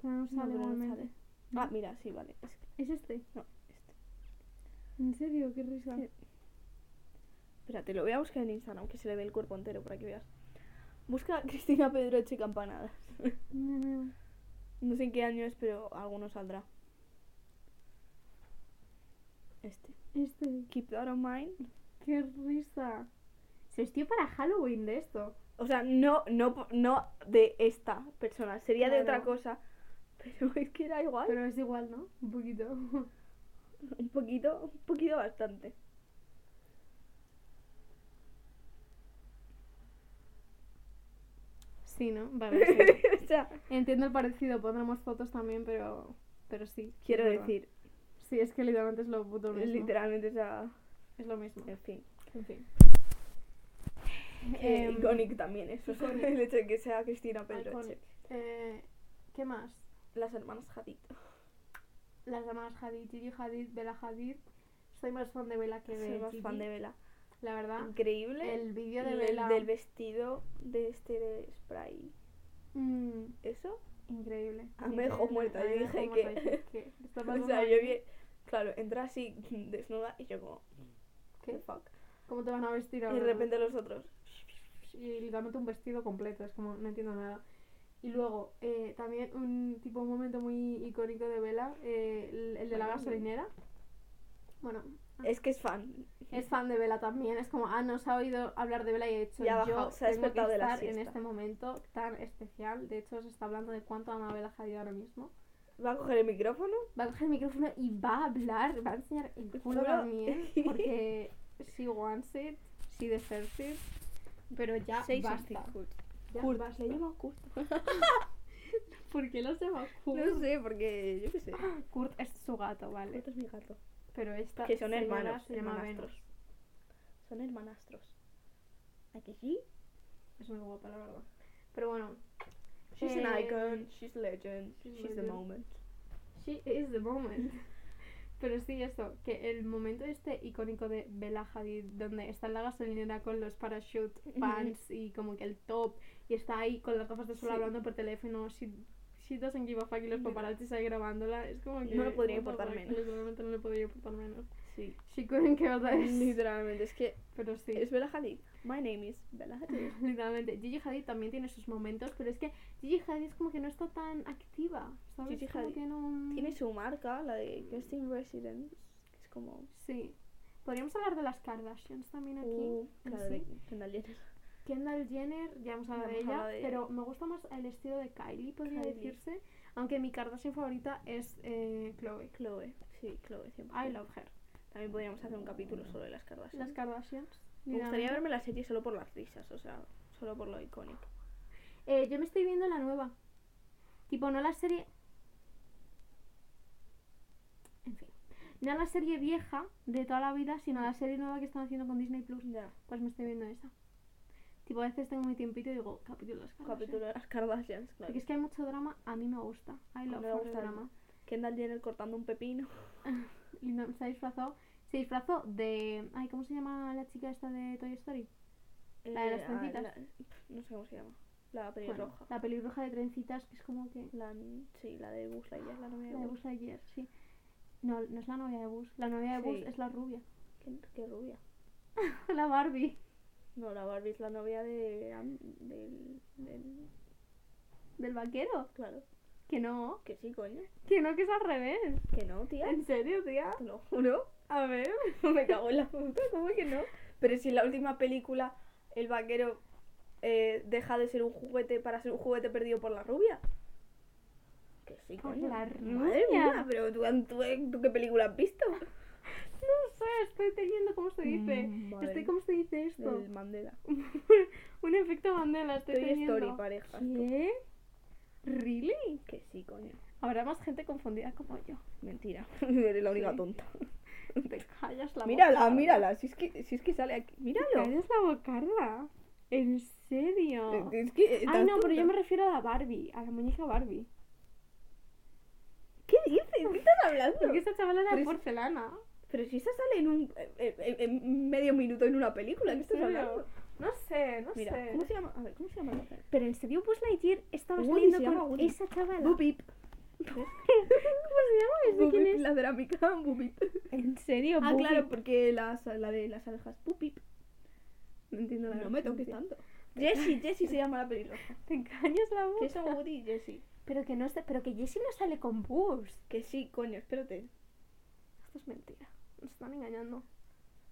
A: Pero no
B: No,
A: sale
B: pero no
A: igualmente.
B: sale. Ah, mira, sí, vale. Es
A: ¿Es este?
B: No, este.
A: ¿En serio? Qué risa.
B: Sí. Espérate, lo voy a buscar en Instagram, que se le ve el cuerpo entero para que veas. Busca (laughs) Cristina Pedroche campanadas.
A: No, no.
B: No sé en qué año es, pero alguno saldrá. Este.
A: Este.
B: Keep that on mind.
A: Qué risa. Se vistió para Halloween de esto.
B: O sea, no, no, po- no de esta persona, sería de otra
A: Claro.
B: cosa. (laughs) Pero es que era igual.
A: Pero es igual, ¿no? Un poquito. (laughs)
B: Un poquito, un poquito bastante. (laughs)
A: Sí, ¿no? Vale,
B: (laughs)
A: sí.
B: o sea,
A: Entiendo el parecido, pondremos fotos también, pero, pero sí. sí,
B: quiero
A: es verdad.
B: decir,
A: Sí, es que literalmente es lo puto mismo.
B: literalmente, o sea,
A: Es lo mismo.
B: en fin.
A: En fin.
B: Eh,
A: Em,
B: iconic también eso, (laughs)
A: iconic.
B: el hecho de que sea Cristina Pedroche.
A: Iconic. eh, ¿Qué más?
B: Las hermanas Hadid.
A: Las demás Hadid, Gigi Hadid, Bella Hadid. Soy más fan de Bella que de
B: Soy más
A: Gigi,
B: fan de Vela.
A: La verdad,
B: Increíble.
A: el vídeo de
B: Y el
A: Bella...
B: del vestido de este de spray.
A: Mm,
B: Eso
A: increíble.
B: Ah, me dejó
A: increíble.
B: muerta,
A: A mí
B: yo
A: me dejó
B: dije
A: muerta,
B: que-
A: dije,
B: (laughs)
A: ¿qué? Está
B: O
A: pasando
B: sea, yo
A: aquí?
B: vi, claro, entra así (laughs) desnuda y yo como,
A: ¿Qué?
B: ¿qué fuck?
A: ¿Cómo te van a vestir
B: Y
A: ahora?
B: de
A: no?
B: repente los otros.
A: pues, y literalmente un vestido completo, es como, no entiendo nada. Y luego, eh, también un tipo, un momento muy icónico de Vela, el, el de la
B: Ay,
A: gasolinera. Bueno,
B: Es que es fan.
A: es fan de Vela también, es como, ah, nos ha oído hablar de Vela y de hecho
B: Y ha
A: yo
B: bajado, se ha
A: tengo que
B: despertado de la
A: estar en
B: siesta.
A: este momento tan especial. De hecho, se está hablando de cuánto ama a Bella Hadid ahora mismo.
B: Va a coger el micrófono.
A: Va a coger el micrófono y va a hablar, va a enseñar el culo
B: culo.
A: también,
B: (laughs)
A: porque she wants it, she deserves it, pero ya basta. Ya
B: Kurt,
A: basta.
B: le llamo Kurt. (laughs)
A: ¿Por qué lo llama Kurt?
B: No sé, porque yo qué (gasps) sé.
A: Kurt es su gato, vale.
B: Kurt es mi gato.
A: Pero esta
B: Que son
A: señora
B: hermanos,
A: se llama
B: hermanastros.
A: Venus.
B: Son hermanastros. ¿A que sí?
A: Es muy guapa, la verdad. Pero bueno,
B: She's an
A: Eh,
B: icon, she's legend,
A: she's
B: she's the
A: legend.
B: moment.
A: She is the
B: (laughs)
A: moment. Pero sí, eso, que el momento este icónico de Bella Hadid, donde está en la gasolinera con los parachute pants y como que el top, y está ahí con las gafas de sol
B: Sí.
A: hablando por teléfono, she, she doesn't give a fuck, y los paparazzis ahí grabándola, es como que...
B: No le podría
A: what the
B: importar
A: fuck,
B: menos.
A: Literalmente no le podría importar menos.
B: Sí.
A: She couldn't care less.
B: (laughs) Literalmente, es que
A: Pero sí.
B: es Bella Hadid. Pues My name is Bella Hadid.
A: (laughs) Literalmente, Gigi Hadid también tiene sus momentos, pero es que Gigi Hadid es como que no está tan activa, ¿sabes?
B: Gigi
A: Como
B: Hadid
A: que no-
B: Tiene su marca, la de Guesting Residence. que Es como.
A: Sí. Podríamos hablar de las Kardashians también aquí.
B: Uh,
A: en
B: claro, de
A: sí.
B: Kendall Jenner.
A: Kendall Jenner, ya hemos hablado
B: Ya
A: de
B: hemos
A: ella,
B: hablado de ella.
A: pero me gusta más el estilo de Kylie, podría
B: Kylie.
A: decirse. Aunque mi Kardashian favorita es eh, Chloe.
B: Chloe. Sí, Chloe, 100%.
A: I love her.
B: También podríamos hacer un capítulo solo de las Kardashian.
A: Las Kardashians.
B: Me gustaría
A: literalmente.
B: verme la serie solo por las risas, o sea, solo por lo icónico.
A: Eh, yo me estoy viendo la nueva. Tipo, no la serie. En fin. No la serie vieja de toda la vida, sino la serie nueva que están haciendo con Disney Plus.
B: Ya.
A: Pues me estoy viendo esa. Tipo, a veces tengo mi tiempito y digo, capítulo de las Kardashian.
B: Capítulo de las Kardashians, claro.
A: Porque es que hay mucho drama, a mí me gusta. I love
B: me
A: for
B: gusta
A: the drama.
B: Kendall Jenner cortando un pepino.
A: (laughs) Y no- se disfrazó. Se disfrazó de. Ay, ¿cómo se llama la chica esta de Toy Story? La de las
B: ah,
A: trencitas.
B: la- pf, no sé cómo se llama. La
A: Bueno,
B: pelirroja.
A: la pelirroja de trencitas, que es como que.
B: la... sí, la de Buzz Lightyear, la novia de
A: La de
B: Buzz.
A: Buzz ayer, sí. No, no es la novia de Buzz. La novia de
B: Sí.
A: Buzz es la rubia. (laughs)
B: ¿Qué, qué rubia?
A: la Barbie.
B: No, la Barbie es la novia de... am- del, del-
A: Del vaquero.
B: Claro.
A: Que no.
B: Que sí, coño.
A: Que no, que es al revés.
B: Que no, tía. Oh
A: ¿En serio, tía?
B: Te lo juro.
A: A
B: (laughs)
A: ver.
B: Me cago en la puta, ¿cómo que no? Pero si en la última película el vaquero eh, deja de ser un juguete para ser un juguete perdido por la rubia. Que sí,
A: Por
B: coño.
A: la
B: Madre
A: rubia.
B: mía, pero tú, eh, tú- tú qué película has visto?
A: No sé, estoy teniendo cómo se dice. (laughs)
B: Madre
A: Estoy cómo se dice esto.
B: del Mandela.
A: Un efecto Mandela, estoy,
B: Toy
A: teniendo.
B: Story, parejas.
A: ¿Qué? ¿Really?
B: Que sí, coño.
A: Habrá más gente confundida como
B: (laughs)
A: yo.
B: Mentira. Eres la única
A: Sí.
B: tonta. (laughs)
A: Te callas la
B: mírala,
A: bocarda.
B: mírala. Si es, que, si es que sale aquí.
A: Te
B: Míralo.
A: callas la bocarda. ¿En serio?
B: Es que
A: Ay,
B: Eh, estás
A: no, pero yo me
B: tonta.
A: refiero a la Barbie, a la muñeca Barbie.
B: ¿Qué dices? ¿Qué estás hablando?
A: Porque esta chavala era
B: pero es-
A: porcelana.
B: Pero si esa sale en un en- en- en medio minuto en una película, ¿qué
A: ¿En
B: estás
A: serio?
B: hablando?
A: No sé, no
B: Mira,
A: sé.
B: ¿cómo se llama? A ver, ¿cómo se llama? la otra?
A: Pero en serio, Buzz Lightyear estaba
B: Woody
A: saliendo
B: se llama
A: con
B: Woody.
A: esa chavala.
B: Bubip.
A: (laughs)
B: (laughs)
A: ¿Cómo se llama? ¿Es de quién
B: Bubip,
A: es?
B: la cerámica, (laughs) Bubip.
A: ¿En serio?
B: Ah,
A: Bubi?
B: claro, porque las, la de las abejas, Bubip.
A: No entiendo la
B: No me toques
A: referencia.
B: tanto. Jessie, Jessie se llama la (laughs) pelirroja.
A: Te engañas la
B: Que
A: voz.
B: son Woody y Jessie.
A: Pero que no está, pero que Jessie no sale con Buzz.
B: Que sí, coño, espérate.
A: Esto es mentira. Nos están engañando.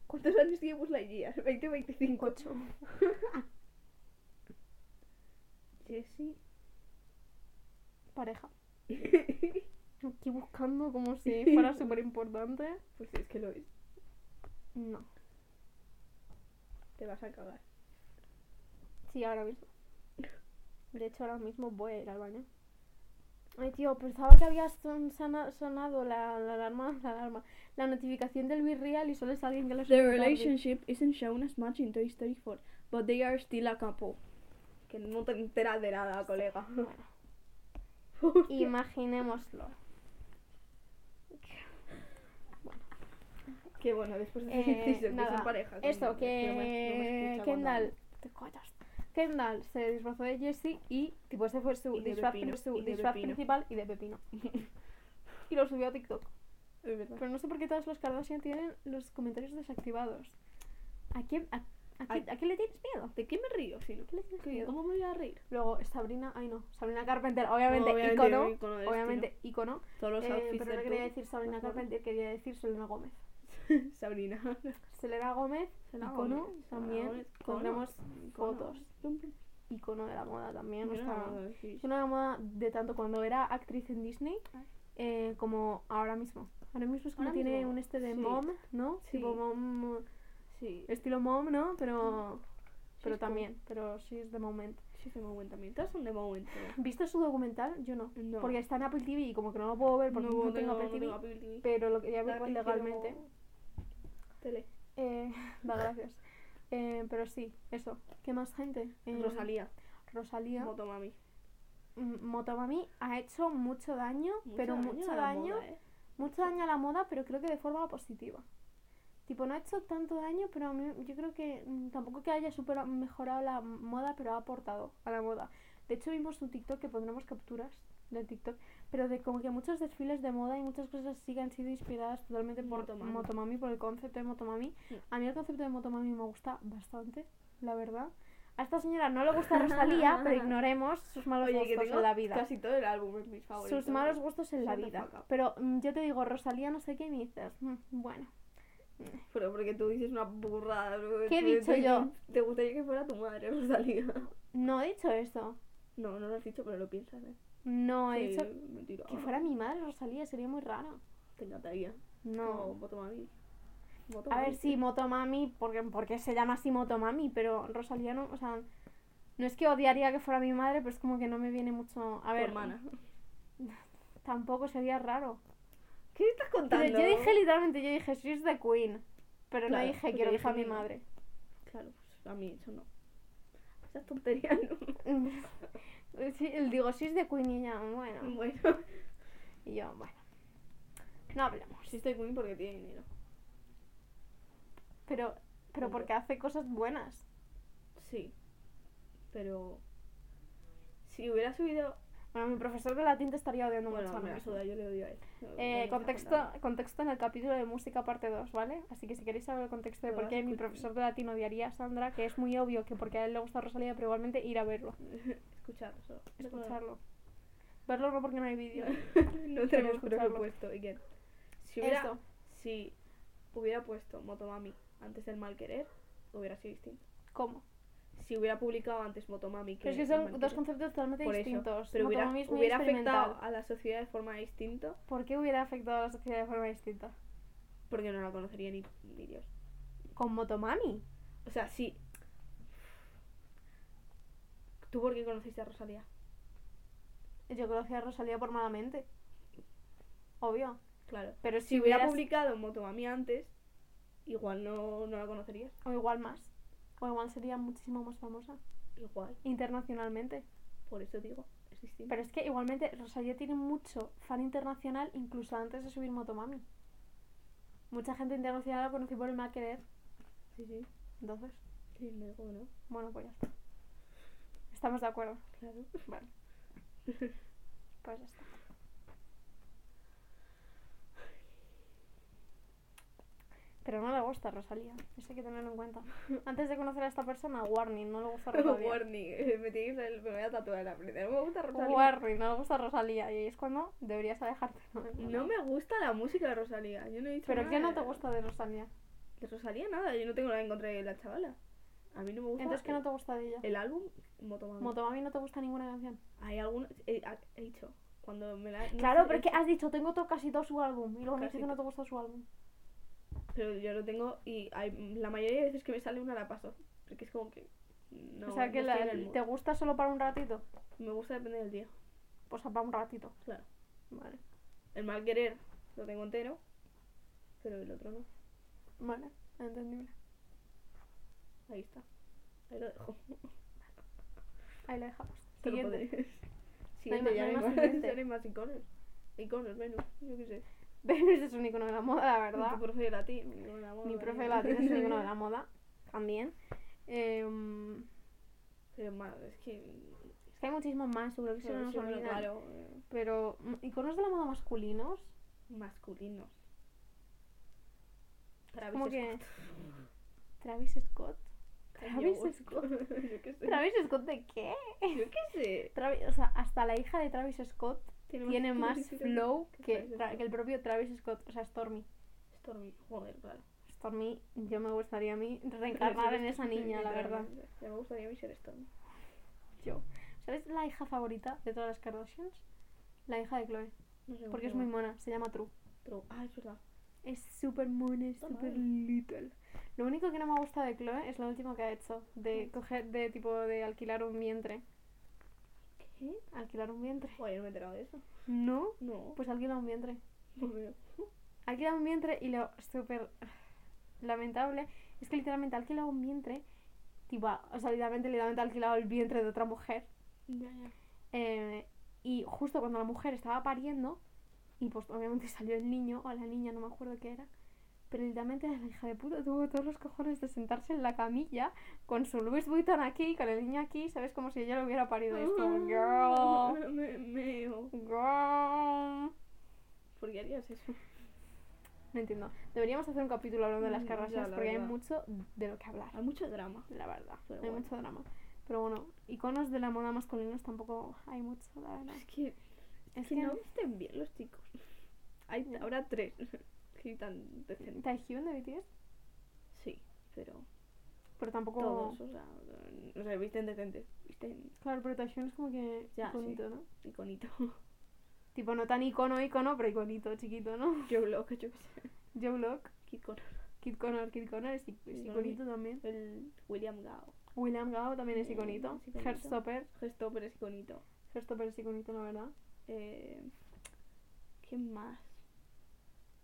B: ¿Cuántos años tiene Buzz Lightyear? (laughs) 20, 25. 8. (laughs) Jessie. (laughs)
A: Pareja.
B: pues
A: Aquí buscando como
B: (laughs)
A: si fuera súper importante.
B: es que lo es.
A: No.
B: Te vas a cagar.
A: Sí, ahora mismo. De hecho, ahora mismo voy a ir al baño. Ay, tío, pensaba que había son- sana- sonado la, la alarma, (laughs) la alarma, la notificación del Virreal y solo es alguien que lo
B: The
A: escucha tarde.
B: relationship isn't shown as much in Toy Story 4, but they are still a couple. Que no te enteras de nada, colega.
A: (laughs) Imaginémoslo.
B: (laughs) que bueno, después de
A: Eh,
B: decir eso, que
A: nada,
B: son pareja.
A: Esto,
B: coño,
A: que
B: no me- no me escucha cuando
A: Kendall.
B: hablo.
A: Te callas. Kendall se disfrazó de Jessie y, tipo, ese fue su
B: Y de
A: disfraz,
B: pepino,
A: su
B: y de
A: disfraz
B: pepino.
A: principal y de
B: (laughs)
A: Pepino. y lo subió a TikTok.
B: Es verdad.
A: Pero no sé por qué todas las Kardashian tienen los comentarios desactivados. ¿A quién, a, a
B: Ay.
A: qué, a qué le tienes miedo?
B: ¿De qué me río? Si no?
A: ¿Qué le tienes
B: ¿Qué-
A: miedo?
B: ¿Cómo me voy a reír?
A: Luego Sabrina, ay no, Sabrina Carpenter, obviamente,
B: Obviamente,
A: ícono,
B: ícono del
A: obviamente ícono,
B: Todos los
A: eh,
B: outfits
A: pero no
B: del
A: quería
B: todo.
A: decir Sabrina
B: Ajá.
A: Carpenter, quería decir Selena Gómez.
B: (laughs) Sabrina.
A: Selena Gómez,
B: Selena
A: ícono,
B: Gómez,
A: también
B: Selena Gómez,
A: pondremos
B: Ícono.
A: fotos.
B: Yo
A: ícono de la moda también.
B: no
A: o sea,
B: estaba- sí, sí.
A: ícono de la moda de tanto cuando era actriz en Disney
B: Ah.
A: eh, como ahora mismo. Ahora mismo es como
B: Ahora
A: tiene
B: mismo,
A: un este de
B: sí.
A: mom, ¿no?
B: Sí.
A: Tipo mom,
B: Sí.
A: estilo mom, ¿no? Pero, pero
B: es como-
A: también, pero sí es de momento.
B: Sí, de momento también. Todas son de momento.
A: ¿Viste su documental? Yo no.
B: No.
A: Porque está en Apple TV y como que no lo puedo ver porque no, tengo, Apple TV.
B: Apple TV.
A: Pero lo quería ver
B: Apple
A: pues,
B: quiero-
A: legalmente.
B: Tele.
A: Eh, (laughs) da gracias. Eh, pero sí, eso. ¿Qué más gente? Eh,
B: Rosalía.
A: Rosalía.
B: Motomami.
A: mm, Motomami ha hecho mucho daño, pero mucho
B: a la
A: daño,
B: moda, ¿eh?
A: mucho daño a la moda, pero creo que de forma positiva. Tipo, no ha hecho tanto daño, pero a mí, yo creo que mm, tampoco que haya supera- mejorado la moda, pero ha aportado a la moda. De hecho, vimos un TikTok que pondremos capturas del TikTok, pero de como que muchos desfiles de moda y muchas cosas así que han sido inspiradas totalmente por
B: Motomami.
A: Motomami, por el concepto de Motomami.
B: Sí.
A: A mí el concepto de Motomami me gusta bastante, la verdad. A esta señora no le gusta
B: (laughs)
A: Rosalía, pero ignoremos sus malos
B: Oye, que
A: gustos
B: tengo
A: en la vida.
B: casi todo el álbum es mi favorito.
A: Sus malos gustos en la
B: Shut the
A: vida.
B: fuck up.
A: Pero mm, yo te digo, Rosalía no sé qué y me dices, "Mm, bueno.
B: Pero porque tú dices una burrada. ¿no?
A: ¿Qué he
B: Tú-
A: dicho
B: tú-
A: yo?
B: Te gustaría que fuera tu madre, Rosalía. (laughs)
A: No he dicho eso.
B: No, no lo has dicho, pero lo piensas, ¿eh?
A: No he
B: Sí,
A: dicho
B: mentira.
A: que fuera mi madre Rosalía, sería muy raro.
B: Te encantaría.
A: No.
B: Como Motomami.
A: A
B: Motomami,
A: ver, sí, Motomami, porque, porque se llama así Motomami, pero Rosalía no, o sea, no es que odiaría que fuera mi madre, pero es como que no me viene mucho. A
B: Tu
A: ver,
B: hermana. (laughs)
A: tampoco sería raro.
B: ¿Qué estás
A: Pero
B: contando?
A: yo dije literalmente, yo dije, she's the queen. Pero
B: Claro,
A: no dije,
B: porque
A: quiero que
B: dije
A: fuera mi
B: mi-
A: madre. (laughs)
B: Claro, pues a mí eso no. Esas tonterías no.
A: (laughs) Sí, digo, she's the queen y ella, bueno.
B: Bueno,
A: Y yo, bueno. No hablamos.
B: sí estoy muy porque tiene dinero.
A: Pero, pero
B: Hombre.
A: porque hace cosas buenas.
B: Sí. Pero. Si hubiera subido.
A: Bueno, mi profesor de latín te estaría odiando
B: bueno,
A: mucho ahora
B: me la
A: mismo.
B: suda, yo le odio a él. No, no
A: Eh,
B: me
A: contexto,
B: está
A: contexto en el capítulo de música parte 2, ¿vale? Así que si queréis saber el contexto de
B: Lo
A: por
B: vas
A: qué
B: a
A: mi
B: escuchar.
A: profesor de latín odiaría a Sandra, que es muy obvio que porque a él le gusta Rosalía, pero igualmente ir a verlo,
B: contando. (laughs) Escucharlo solo.
A: escucharlo. Verlo no porque no hay vídeo.
B: (laughs) no tenemos
A: escucharlo.
B: presupuesto. Y que. Si hubiera,
A: Eso.
B: si hubiera puesto Motomami antes del mal querer, hubiera sido distinto.
A: ¿Cómo?
B: Si hubiera publicado antes Motomami que.
A: Pero es que
B: El
A: son
B: Mal
A: dos
B: Querer,
A: conceptos totalmente
B: por eso.
A: distintos.
B: Pero hubiera,
A: Motomami es muy
B: hubiera
A: experimental.
B: afectado a la sociedad de forma distinta
A: ¿Por qué hubiera afectado a la sociedad de forma distinta?
B: porque no la conocería ni, ni Dios.
A: Con Motomami.
B: O sea, sí. ¿Tú por qué conociste a Rosalía?
A: Yo conocí a Rosalía por malamente. Obvio.
B: Claro.
A: Pero si,
B: Si hubiera
A: hubieras-
B: publicado Motomami antes, igual no, no la conocerías.
A: O igual más. O igual sería muchísimo más famosa.
B: Igual.
A: Internacionalmente.
B: Por eso digo, es distinto.
A: Pero es que igualmente Rosalía tiene mucho fan internacional incluso antes de subir Motomami. Mucha gente internacional la conocí por el mal querer.
B: Sí, sí.
A: Entonces,
B: Sí, no digo que no.
A: bueno, pues ya está. Estamos de acuerdo.
B: Claro.
A: Vale.
B: (laughs)
A: Pues ya está. Pero no le gusta Rosalía. Eso hay que tenerlo en cuenta. (laughs) Antes de conocer a esta persona, warning, no le
B: (laughs)
A: gusta Rosalía.
B: Warning. Me, tiene que salir- me voy a tatuar en la frente. No me gusta Rosalía.
A: Warning, no le gusta Rosalía. Y ahí es cuando deberías alejarte. ¿no?
B: No me gusta la música de Rosalía. Yo no he dicho
A: ¿Pero
B: nada
A: qué no
B: de-
A: te gusta de Rosalía?
B: De Rosalía nada. Yo no tengo nada en contra de la chavala. A mí no me gusta.
A: Entonces, ¿qué no te gusta de ella?
B: El álbum Motomami.
A: Motomami no te gusta ninguna canción.
B: Hay algunos. He, he dicho. Cuando me la. no
A: Claro,
B: sé, eh,
A: pero
B: he
A: es que has dicho, tengo to- casi todo su álbum. Y luego me
B: Casi
A: dices que no te gusta su álbum.
B: Pero yo lo tengo y hay- la mayoría de veces que me sale una la paso. Porque es como que. No,
A: o sea, que
B: no
A: la-
B: estoy en el mood.
A: te gusta solo para un ratito.
B: Me gusta depende del día.
A: O sea, para un ratito.
B: Claro.
A: Vale.
B: El mal querer lo tengo entero. Pero el otro no.
A: Vale, entendible.
B: Ahí está. Ahí lo dejo. (laughs)
A: Ahí la dejamos.
B: Te lo
A: Siguiente.
B: podré-
A: más-
B: (laughs) Siguiente, ya
A: no hay
B: no
A: más
B: hay más,
A: siguiente.
B: ya no hay más iconos. Iconos, menos. Yo qué sé.
A: (laughs) Venus es un icono de la moda, la
B: Tu
A: verdad.
B: profe de latín. Mi profe de
A: Mi profe de latín es un icono de la moda. También. Em,
B: (laughs) Pero más, es que.
A: es que hay muchísimos más, seguro que se
B: bueno,
A: nos
B: sí, bueno,
A: olvidan.
B: claro, eh,
A: Pero, mm, ¿iconos de la moda masculinos?
B: Masculinos. Travis
A: Como que-
B: Scott.
A: Travis Scott.
B: Kanye
A: Travis
B: West.
A: Scott.
B: (laughs) Yo qué sé.
A: ¿Travis Scott de qué?
B: Yo qué sé.
A: Travis- o sea, hasta la hija de Travis Scott tiene más flow que,
B: Travis
A: tra-
B: Scott.
A: que el propio Travis Scott, o sea, Stormy.
B: Stormy, joder,
A: (laughs)
B: claro.
A: Stormy, yo me gustaría a mí reencarnar en esa niña, la verdad.
B: Literalmente. Ya me gustaría a mí ser Stormy.
A: Yo. ¿Sabes la hija favorita de todas las Kardashians? La hija de Chloe,
B: No sé
A: porque es
B: cómo
A: muy
B: se
A: mona, se llama True.
B: llama. Pero- Ah, es verdad.
A: Es súper mona, es
B: Está
A: súper
B: mal.
A: little. Lo único que no me ha gustado de Chloe es lo último que ha hecho, de coger, de tipo, de alquilar un vientre.
B: ¿Qué?
A: ¿Alquilar un vientre?
B: Joder, no me he enterado de eso.
A: No,
B: No,
A: pues alquila un vientre.
B: no veo. (laughs)
A: alquila un vientre y lo súper lamentable es que literalmente ha alquilado un vientre, tipo, o sea, literalmente, literalmente ha alquilado el vientre de otra mujer Eh, y justo cuando la mujer estaba pariendo, y pues obviamente (laughs) salió el niño o la niña, no me acuerdo qué era, pero literalmente la hija de puta tuvo todos los cojones de sentarse en la camilla con su Louis Vuitton aquí, con el niño aquí, ¿sabes? Como si ella lo hubiera parido. Y es como,
B: Mm.
A: girl,
B: Ah, (laughs) Me meo.
A: girl.
B: ¿Por qué harías eso?
A: No entiendo. Deberíamos hacer un capítulo hablando de las
B: Mm, ya,
A: Kardashians
B: la
A: porque hay
B: verdad.
A: mucho de lo que hablar.
B: Hay mucho drama.
A: la verdad.
B: Pero
A: hay
B: bueno.
A: mucho drama. Pero bueno, iconos de la moda masculinos tampoco hay mucho, la verdad.
B: Es que,
A: Es
B: que
A: que
B: no visten bien los chicos. Hay
A: Ya.
B: ahora tres (laughs) que tan decentes.
A: Taehyung de BTS,
B: Sí, pero
A: pero tampoco...
B: todos, o sea, o sea, visten decentes. Visten
A: Claro, pero Taehyung es como que
B: Ya,
A: iconito, ¿no?
B: iconito. (laughs)
A: Tipo, no tan icono, icono, pero iconito, chiquito, ¿no? (laughs)
B: Yo lo que yo qué sé. (laughs)
A: Joe Block,
B: Kid Connor.
A: Kid Connor, Kid Connor es, ic- es
B: Iconito.
A: iconito también.
B: El William Gao.
A: William Gao también es
B: Eh,
A: iconito.
B: es iconito.
A: Herstopper,
B: Gesto, pero es iconito.
A: Herstopper es iconito, la verdad.
B: Eh, ¿Quién más?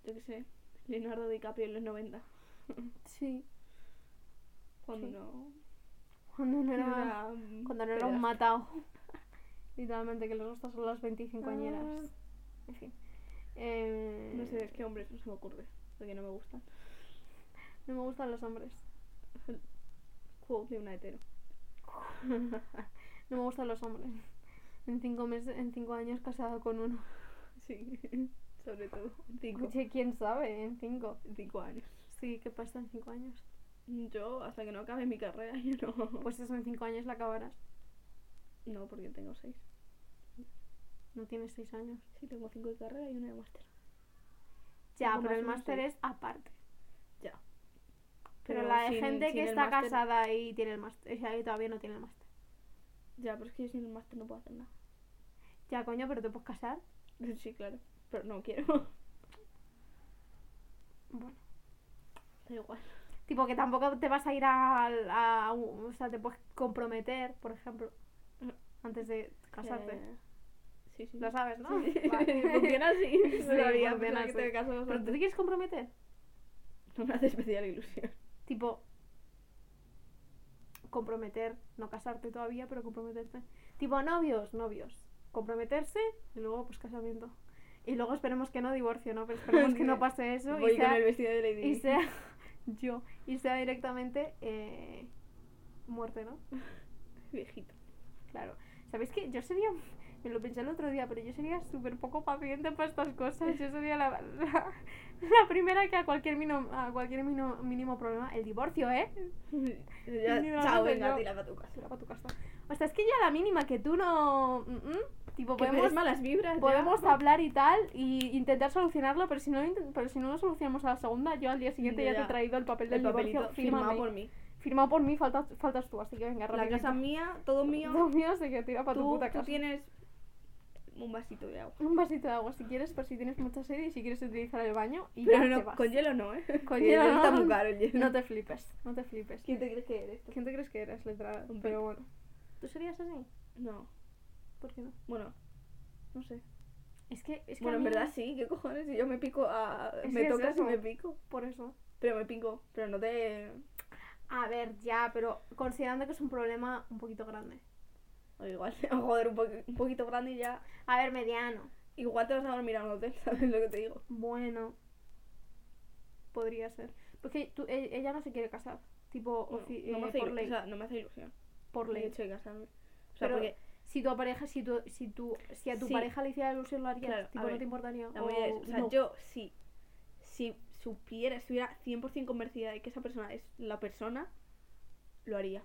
B: Yo qué sé. Leonardo DiCaprio en los 90.
A: Sí.
B: Cuando
A: Sí.
B: no.
A: Cuando
B: (laughs)
A: no era...
B: mm,
A: Cuando no era un
B: pedazo.
A: matado. (laughs) Literalmente, que les gustan son las 25 añeras.
B: Ah,
A: En fin. Eh,
B: No sé, es que hombres no se me ocurre. Porque no me gustan.
A: No me gustan los hombres. (laughs)
B: Quote de una hetero.
A: No me gustan los hombres. En cinco meses, en cinco años casado con uno.
B: Sí, (laughs) sobre todo. Cinco,
A: Oye, quién sabe, en cinco.
B: cinco años.
A: Sí, ¿qué pasa en cinco años?
B: Yo, hasta que no acabe mi carrera, (laughs) yo no.
A: Pues eso, en cinco años la acabarás.
B: no, porque tengo seis.
A: No tienes seis años.
B: Sí, tengo cinco de carrera y una de máster.
A: Ya, pero
B: Cinco más
A: el
B: uno,
A: máster
B: seis.
A: es aparte.
B: Ya.
A: Pero, la de
B: sin-
A: gente
B: sin
A: que
B: el
A: está
B: máster-
A: casada y tiene el máster, o sea, y todavía no tiene el máster.
B: Ya, pero es que yo sin el máster no puedo hacer nada. (laughs)
A: Ya, coño, pero te puedes casar.
B: Sí, claro. Pero
A: (laughs)
B: no quiero.
A: Bueno.
B: Da igual.
A: Tipo que tampoco te vas a ir al- a, un- O sea, te puedes comprometer, por ejemplo, Mm. antes de casarte.
B: Eh, Sí, sí.
A: Lo sabes, ¿no?
B: Sí.
A: (laughs) Vale.
B: (laughs) Funciona así.
A: Sí,
B: No sabía,
A: funciona
B: pensaba que
A: así.
B: te casabas
A: ¿Pero tú te
B: antes.
A: quieres comprometer?
B: (laughs) No me hace especial ilusión.
A: Tipo, comprometer, no casarte todavía, pero comprometerte. Tipo, novios, novios. Comprometerse y luego, pues, casamiento. Y luego esperemos que no divorcio, ¿no? Pero esperemos que
B: (laughs)
A: no pase eso
B: Voy
A: y
B: con
A: sea,
B: el vestido de Lady
A: y
B: Di.
A: sea (laughs) yo, y sea directamente eh, muerte, ¿no?
B: (laughs) viejito. (laughs)
A: Claro. ¿Sabéis que Yo sería. Me lo pensé el otro día, pero yo sería súper poco paciente para estas cosas. Yo sería la, la, (laughs) la primera que a cualquier, mino- a cualquier mino- mínimo problema. El divorcio, ¿eh?
B: ya,
A: Ni lo
B: chao,
A: haces,
B: venga,
A: no.
B: tira para tu casa.
A: Se va pa' tu casa. O sea, es que ya la mínima que tú no. mm, mm, tipo,
B: Que me des
A: podemos,
B: malas vibras. ya.
A: podemos hablar y tal y intentar solucionarlo, pero si no, lo inten- pero si no lo solucionamos a la segunda, yo al día siguiente ya, te
B: Ya.
A: he traído el papel del
B: El papelito
A: divorcio.
B: firmado
A: Fírmame.
B: por mí.
A: Firmado por mí, faltas, faltas tú, así que venga,
B: La casa
A: (laughs)
B: mía, todo mío.
A: Todo mío, así que tira para tu
B: Tú,
A: puta
B: tú
A: casa.
B: tienes un vasito de agua.
A: Un vasito de agua si quieres, por si tienes mucha sed y si quieres utilizar el baño y
B: Pero
A: ya te
B: no,
A: vas.
B: con hielo no, ¿eh?
A: Con
B: (laughs) Que
A: hielo
B: Está
A: no.
B: muy caro el hielo.
A: No te flipes, no te flipes.
B: ¿Quién te crees que eres?
A: ¿Quién te crees que eres, letrada?
B: Un
A: Pero
B: pico.
A: bueno. ¿Tú serías así?
B: No,
A: ¿Por qué no?
B: bueno, no sé.
A: Es que, es que
B: bueno,
A: a
B: en
A: mí-
B: verdad sí, ¿qué cojones? Si yo me pico a...
A: Es
B: me
A: que es
B: tocas y
A: eso.
B: me pico.
A: Por eso.
B: Pero me pico, pero no te...
A: A ver, ya, pero considerando que es un problema un poquito grande.
B: O igual (laughs) te va a joder un, poqui- un poquito grande y ya...
A: A ver, mediano.
B: Igual te vas a dormir a un hotel, (laughs) ¿sabes lo que te digo?
A: Bueno. Podría ser. Porque tú- e- ella no se quiere casar. Tipo,
B: Bueno,
A: ofi-
B: no, me
A: eh,
B: hace
A: por
B: ilu-
A: ley.
B: o sea, no me hace ilusión.
A: por
B: El
A: ley.
B: hecho de casarme. O sea,
A: Pero-
B: porque
A: Si tu pareja, si tu, si tu, si a tu
B: Sí.
A: pareja le hiciera ilusión lo harías,
B: Claro, a
A: tipo, no
B: ver,
A: te importaría.
B: La movida es,
A: o
B: o sea,
A: no.
B: yo sí, si supiera, estuviera 100% convencida de que esa persona es la persona, lo haría.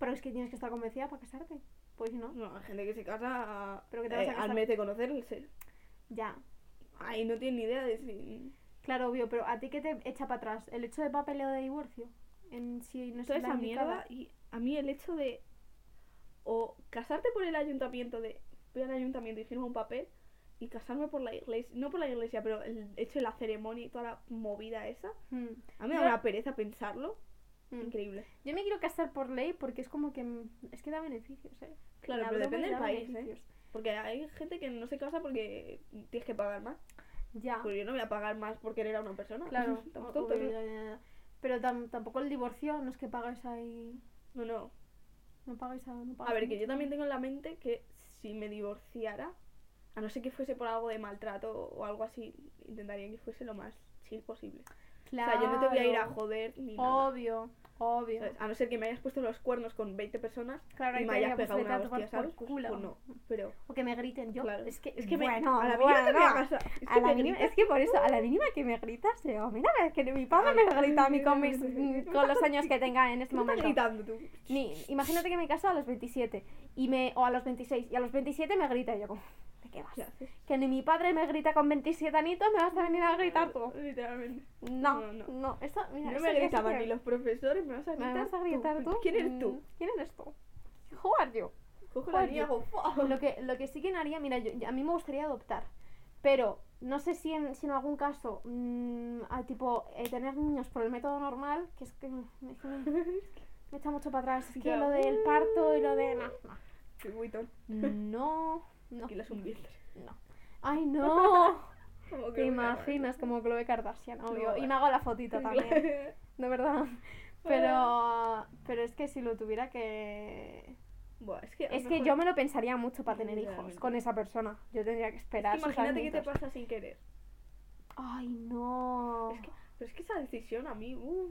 A: Pero es que tienes que estar convencida para casarte. Pues si no.
B: No, hay gente que se casa
A: Pero que te
B: eh,
A: vas a casar.
B: al mes de conocerse.
A: Ya.
B: Ay, no tiene ni idea de si...
A: Claro, obvio, pero a ti que te echa para atrás el hecho de papeleo de divorcio. En si no
B: Toda
A: estás
B: esa
A: indicada.
B: mierda y a mí el hecho de o casarte por el ayuntamiento de voy al ayuntamiento y firmo un papel y casarme por la iglesia, no por la iglesia, pero el hecho de la ceremonia y toda la movida esa,
A: Mm,
B: a mí me
A: Yo-
B: da una pereza pensarlo,
A: mm.
B: increíble.
A: Yo me quiero casar por ley porque es como que. mm, Es que da beneficios, ¿eh?
B: Claro,
A: La
B: pero
A: broma
B: depende del
A: da
B: país, ¿eh?
A: beneficios.
B: Porque hay gente que no se casa porque tienes que pagar más.
A: Ya.
B: Pues yo no voy a pagar más por querer a una persona.
A: Ah. (laughs)
B: (laughs)
A: Claro.
B: Estamos
A: o-
B: tontos,
A: obvio,
B: ¿no?
A: ya, ya, ya. Pero tam- tampoco el divorcio no es que pagues ahí.
B: No, no.
A: No pagues a. No
B: A
A: pagues
B: ver, que
A: mucho.
B: yo también tengo en la mente que si me divorciara, a no ser que fuese por algo de maltrato o algo así, intentaría que fuese lo más chill posible.
A: Claro.
B: O sea, yo no te voy a ir a joder ni nada.
A: Obvio, obvio.
B: ¿sabes? A no ser que me hayas puesto los cuernos con 20 personas
A: Claro,
B: y
A: ahí
B: me
A: te
B: hayas
A: digo, pues,
B: pegado
A: vete a
B: una
A: tomar
B: hostia, ¿sabes?
A: por culo.
B: Pues no, pero...
A: O que me griten yo.
B: Claro.
A: Es que,
B: Es que me-
A: bueno,
B: a la
A: bueno,
B: mínima te voy a casa. Es
A: a
B: que
A: la
B: me
A: mínima-
B: gritas.
A: es que por eso, a la mínima que me gritas, digo, mira, es que mi padre me grita a mí con, mis- mm, con los años que tenga en este
B: ¿Qué me
A: momento.
B: estás gritando tú?
A: Ni, imagínate que me caso a los 27 y me, o a los 26 y a los 27 me grita y yo como, ¿de qué vas?
B: ¿Qué haces?
A: Que ni mi padre me grita con 27 anitos, me vas a venir a gritar tú.
B: Literalmente.
A: No,
B: No,
A: no,
B: no.
A: eso, mira,
B: No
A: eso
B: me
A: ya
B: gritaban
A: sí
B: ni
A: que-
B: los profesores, me vas a
A: ¿Me
B: gritar. Pues,
A: vas a gritar Ah, tú?
B: ¿Quién eres
A: Mm,
B: tú?
A: ¿Quién eres tú? Who are you?
B: Cojo la
A: Joder.
B: niña oh, y hago ¡fua!
A: (laughs) Lo que, lo que sí que haría, mira, yo- yo- a mí me gustaría adoptar, pero no sé si en, si en algún caso, mm, a tipo, eh, tener niños por el método normal, que es que me, es que me- me echa mucho para atrás, es que
B: Ya.
A: lo del parto y lo de... no, (laughs)
B: Qué buitón.
A: No, no,
B: Aquí las un vientre.
A: no. ¡Ay, no!
B: Como que
A: Te
B: me-
A: imaginas como Chloe Kardashian, obvio.
B: No,
A: y me hago la
B: (laughs)
A: fotito también. De verdad. Pero, pero es que si lo tuviera que...
B: Buah, es que, a lo
A: Es que
B: mejor-
A: yo me lo pensaría mucho para tener hijos
B: Literalmente.
A: con esa persona. Yo tendría que
B: es
A: esperar.
B: que
A: sus
B: imagínate que te
A: añitos.
B: pasa sin querer.
A: Ay, no.
B: Es que, pero es que esa decisión a mí, uh,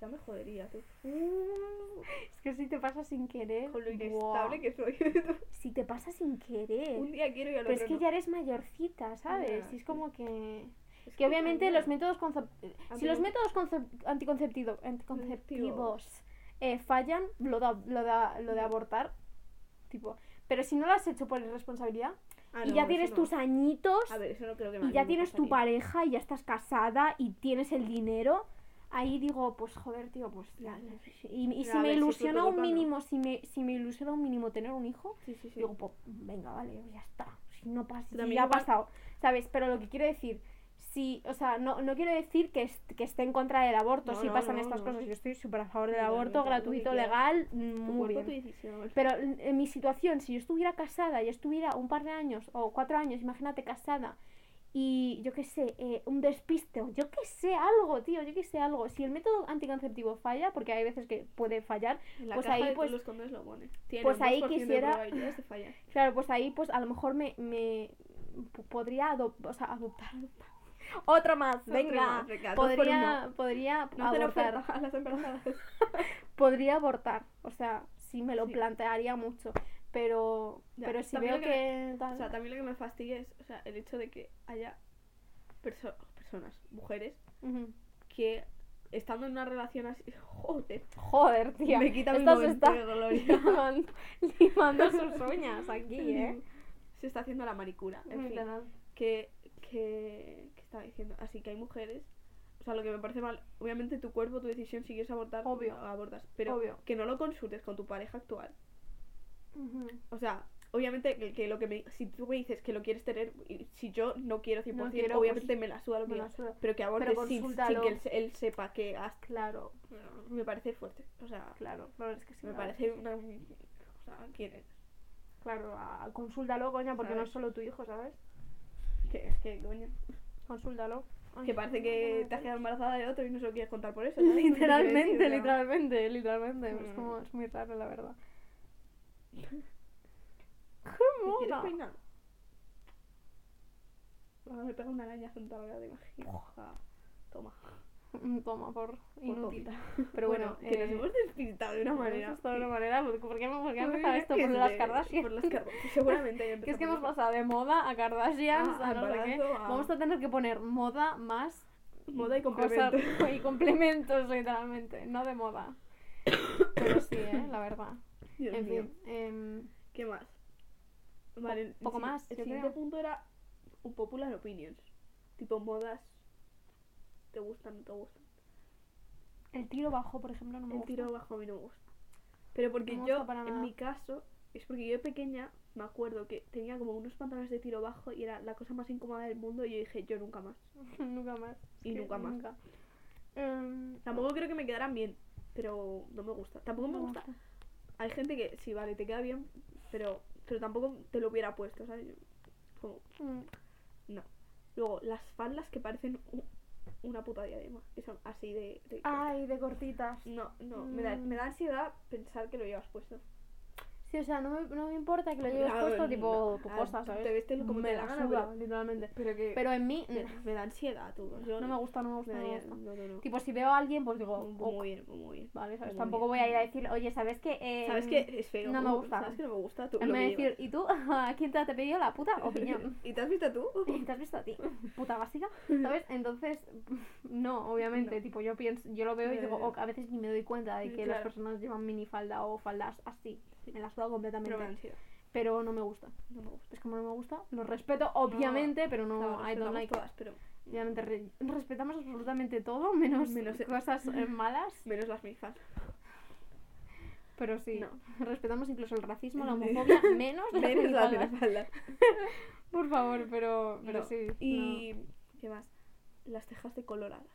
B: ya me jodería, tú. Uh,
A: Es que si te pasa sin querer.
B: con lo
A: buah.
B: inestable que soy. (laughs)
A: Si te pasa sin querer.
B: un día quiero y al
A: Pero
B: otro
A: es que
B: no.
A: ya eres mayorcita, ¿sabes?
B: Ya,
A: Y es
B: sí.
A: como que.
B: Es
A: Que obviamente
B: también-
A: los métodos concep- eh, Si los métodos concep- anticonceptivo- anticonceptivos eh, fallan, lo de, ab- lo, de, lo de
B: Ya.
A: abortar. Tipo. Pero si no lo has hecho por irresponsabilidad.
B: Ah,
A: y
B: no,
A: ya
B: eso
A: tienes
B: no.
A: tus añitos.
B: A ver, eso no creo que me
A: y ya
B: me
A: tienes tu
B: pasaría.
A: pareja y ya estás casada y tienes el dinero, ahí digo, pues joder, tío, pues la- la- y, y
B: Ya,
A: si
B: a
A: me
B: ver, si es por tu
A: ilusiona un
B: culpa, no.
A: mínimo, si me, si me ilusiona un mínimo tener un hijo,
B: Sí, sí, sí.
A: digo, pues venga, vale, ya está, si no pasa, si
B: También
A: ya ha
B: igual-
A: pasado, ¿sabes? Pero lo que quiero decir, si, o sea, no, no quiero decir que, est- que esté en contra del aborto,
B: No,
A: si
B: no,
A: pasan
B: no,
A: estas
B: no.
A: cosas, yo estoy súper a favor del
B: Mira,
A: aborto,
B: mientras tú
A: gratuito,
B: quieras.
A: legal,
B: Tu
A: muy
B: cuerpo,
A: bien.
B: tu decisión.
A: Pero en en mi situación, si yo estuviera casada y estuviera un par de años o cuatro años, imagínate casada, y yo qué sé, eh, un despiste, o yo qué sé, algo, tío, yo qué sé, algo. Si el método anticonceptivo falla, porque hay veces que puede fallar,
B: En la
A: pues
B: caja
A: ahí,
B: de todos
A: pues-
B: los condones lo pone. Tiene
A: pues
B: un
A: ahí
B: 2% de
A: quisiera-
B: probabilidades de (laughs) fallar.
A: claro, pues ahí pues a lo mejor me, me p- podría adop- o sea, adoptar. (laughs) adoptar. Otro más, venga.
B: Otro más, venga, dos por
A: podría, podría
B: No hacer
A: abortar.
B: oferta a (laughs) las embarazadas.
A: podría abortar, o sea, sí me lo
B: Sí.
A: plantearía mucho, pero,
B: Ya,
A: pero si
B: también
A: veo
B: lo
A: que...
B: que
A: tal-
B: O sea, también lo que me fastidia es o sea, el hecho de que haya perso- personas, mujeres,
A: Ujú.
B: que estando en una relación así, (laughs) joder,
A: Joder, tía.
B: me quita mi
A: Esta se
B: momento
A: está (laughs)
B: de gloria. (laughs)
A: liman- limando sus uñas aquí, ¿eh?
B: Se está haciendo la maricura. En fin,
A: Literal.
B: que, que, que estaba diciendo, así que hay mujeres. O sea, lo que me parece mal, obviamente tu cuerpo, tu decisión, si quieres abortar,
A: Obvio.
B: abortas. Pero
A: Obvio.
B: que no lo consultes con tu pareja actual.
A: Ujú.
B: O sea, obviamente que, que lo que me, si tú me dices que lo quieres tener, y si yo no quiero 100%,
A: quiero,
B: obviamente
A: pues,
B: me la suda lo que
A: Me la
B: digas,
A: suda.
B: Pero que abortes sin- sin,
A: consúltalo.
B: que él, se- él sepa que has...
A: Claro,
B: Me parece fuerte. O sea,
A: claro. Pero es que sí,
B: me
A: claro.
B: parece una... O sea, ¿quién es?
A: Claro, a- consúltalo, coña, porque no
B: ¿Sabes?
A: es solo tu hijo, ¿sabes?
B: ¿Qué, qué coño?
A: Consúltalo. Ay,
B: Que parece que te has quedado embarazada de otro y no se lo quieres contar
A: (laughs)
B: por eso. ¿sabes?
A: Literalmente,
B: Quiero decir, o sea,
A: literalmente, literalmente. Es
B: Mm.
A: como, es muy raro, la
B: (laughs)
A: verdad.
B: ¿te
A: ¡Qué
B: quieres
A: mona!
B: peinar? Ah, me pega una araña en toda la hora de magia. Ah, Toma.
A: Mm, Toma, por (laughs) inútil. Pero
B: Pero
A: bueno,
B: bueno, que nos
A: eh,
B: hemos despintado de una
A: hemos
B: manera.
A: estado de una manera, ¿por por qué, por qué ha
B: Yo
A: empezado
B: diría
A: esto?
B: que
A: Por
B: es
A: las
B: de-
A: Kardashian.
B: Por las Kardashian. (laughs) Seguramente.
A: (laughs) Que es que hemos
B: empezamos
A: pasado de moda a Kardashians,
B: Ah,
A: a no sé qué.
B: embarazo, a-
A: Vamos a tener que poner moda más
B: Moda y
A: cosas
B: complemento.
A: (laughs) y complementos, literalmente, no de
B: (coughs)
A: moda. Pero sí, ¿eh? la verdad.
B: (laughs) Dios
A: en
B: mío.
A: fin, em,
B: ¿Qué más? Vale, el
A: poco
B: si-
A: más,
B: El
A: yo
B: siguiente
A: creo.
B: punto era un popular opinions. Tipo modas. ¿Te gustan o no te gustan?
A: el tiro bajo, por ejemplo, no me
B: el
A: gusta.
B: tiro bajo a mí no me gusta. Pero porque
A: No me
B: yo,
A: gusta para
B: en
A: nada.
B: mi caso, es porque yo de pequeña me acuerdo que tenía como unos pantalones de tiro bajo y era la cosa más incómoda del mundo y yo dije, yo nunca más.
A: (laughs) nunca más.
B: Y
A: Es que
B: nunca más.
A: Em,
B: Tampoco creo que me quedaran bien, pero no me gusta. Tampoco me
A: no
B: gusta. Hay gente que, sí, vale, te queda bien, pero, pero tampoco te lo hubiera puesto, ¿sabes? Yo- Como,
A: Mm,
B: No. Luego, las faldas que parecen u- una puta diadema. Que son así de. de-
A: Ay, de cortitas.
B: No, no. Me da,
A: Ah, Mm.
B: me da ansiedad pensar que lo llevas puesto.
A: Sí, o sea, no me, no me importa que lo lleves
B: Ah,
A: puesto,
B: no,
A: tipo, tu
B: ah,
A: cosa,
B: tú
A: ¿sabes?
B: Te vestes como
A: me
B: te la
A: la
B: gana,
A: suda,
B: pero,
A: literalmente.
B: pero que
A: Pero en mí,
B: me, me da ansiedad, tú. Yo
A: no me gusta, no me gusta,
B: me
A: no me
B: daría-
A: gusta.
B: no, no, no.
A: Tipo, si veo a alguien, pues digo,
B: Muy
A: ok,
B: bien, muy bien.
A: vale, ¿sabes?
B: muy
A: Tampoco voy
B: bien.
A: a ir a decir, oye, ¿sabes qué?
B: ¿Sabes
A: Em,
B: que Es feo.
A: no me
B: uh,
A: gusta.
B: ¿Sabes que no me gusta? Tú,
A: En
B: lo
A: vez de
B: que llevas.
A: decir, ¿y tú? (laughs) ¿A quién te has pedido la
B: (laughs)
A: puta
B: "Ah,
A: (laughs) opinión?
B: ¿Y te has (laughs) visto tú?
A: ¿Te has visto a ti? Puta
B: (laughs)
A: básica, ¿sabes? Entonces, (laughs) no, obviamente,
B: No.
A: tipo, yo pienso, yo lo veo y
B: Ya,
A: digo,
B: ya, ya.
A: "Ok", a veces ni me doy cuenta de
B: Sí,
A: que las
B: claro.
A: personas llevan minifalda o faldas así. Me las suda completamente.
B: Pero me da ansiedad.
A: Pero no me gusta.
B: No me gusta.
A: Es como no me gusta, lo respeto, obviamente, pero no,
B: Claro,
A: I
B: respetamos
A: don't like
B: todas, pero
A: Obviamente, re- respetamos absolutamente todo,
B: (laughs)
A: menos,
B: Menos
A: (laughs)
B: el- (laughs)
A: cosas eh, malas.
B: menos las mifas.
A: Pero sí,
B: No.
A: (laughs) respetamos incluso el
B: (laughs)
A: racismo, la homofobia, menos las
B: Menos las
A: minifaldas.
B: minifaldas.
A: Por favor, pero, pero
B: No.
A: sí. no.
B: Y ¿qué más? Las cejas decoloradas.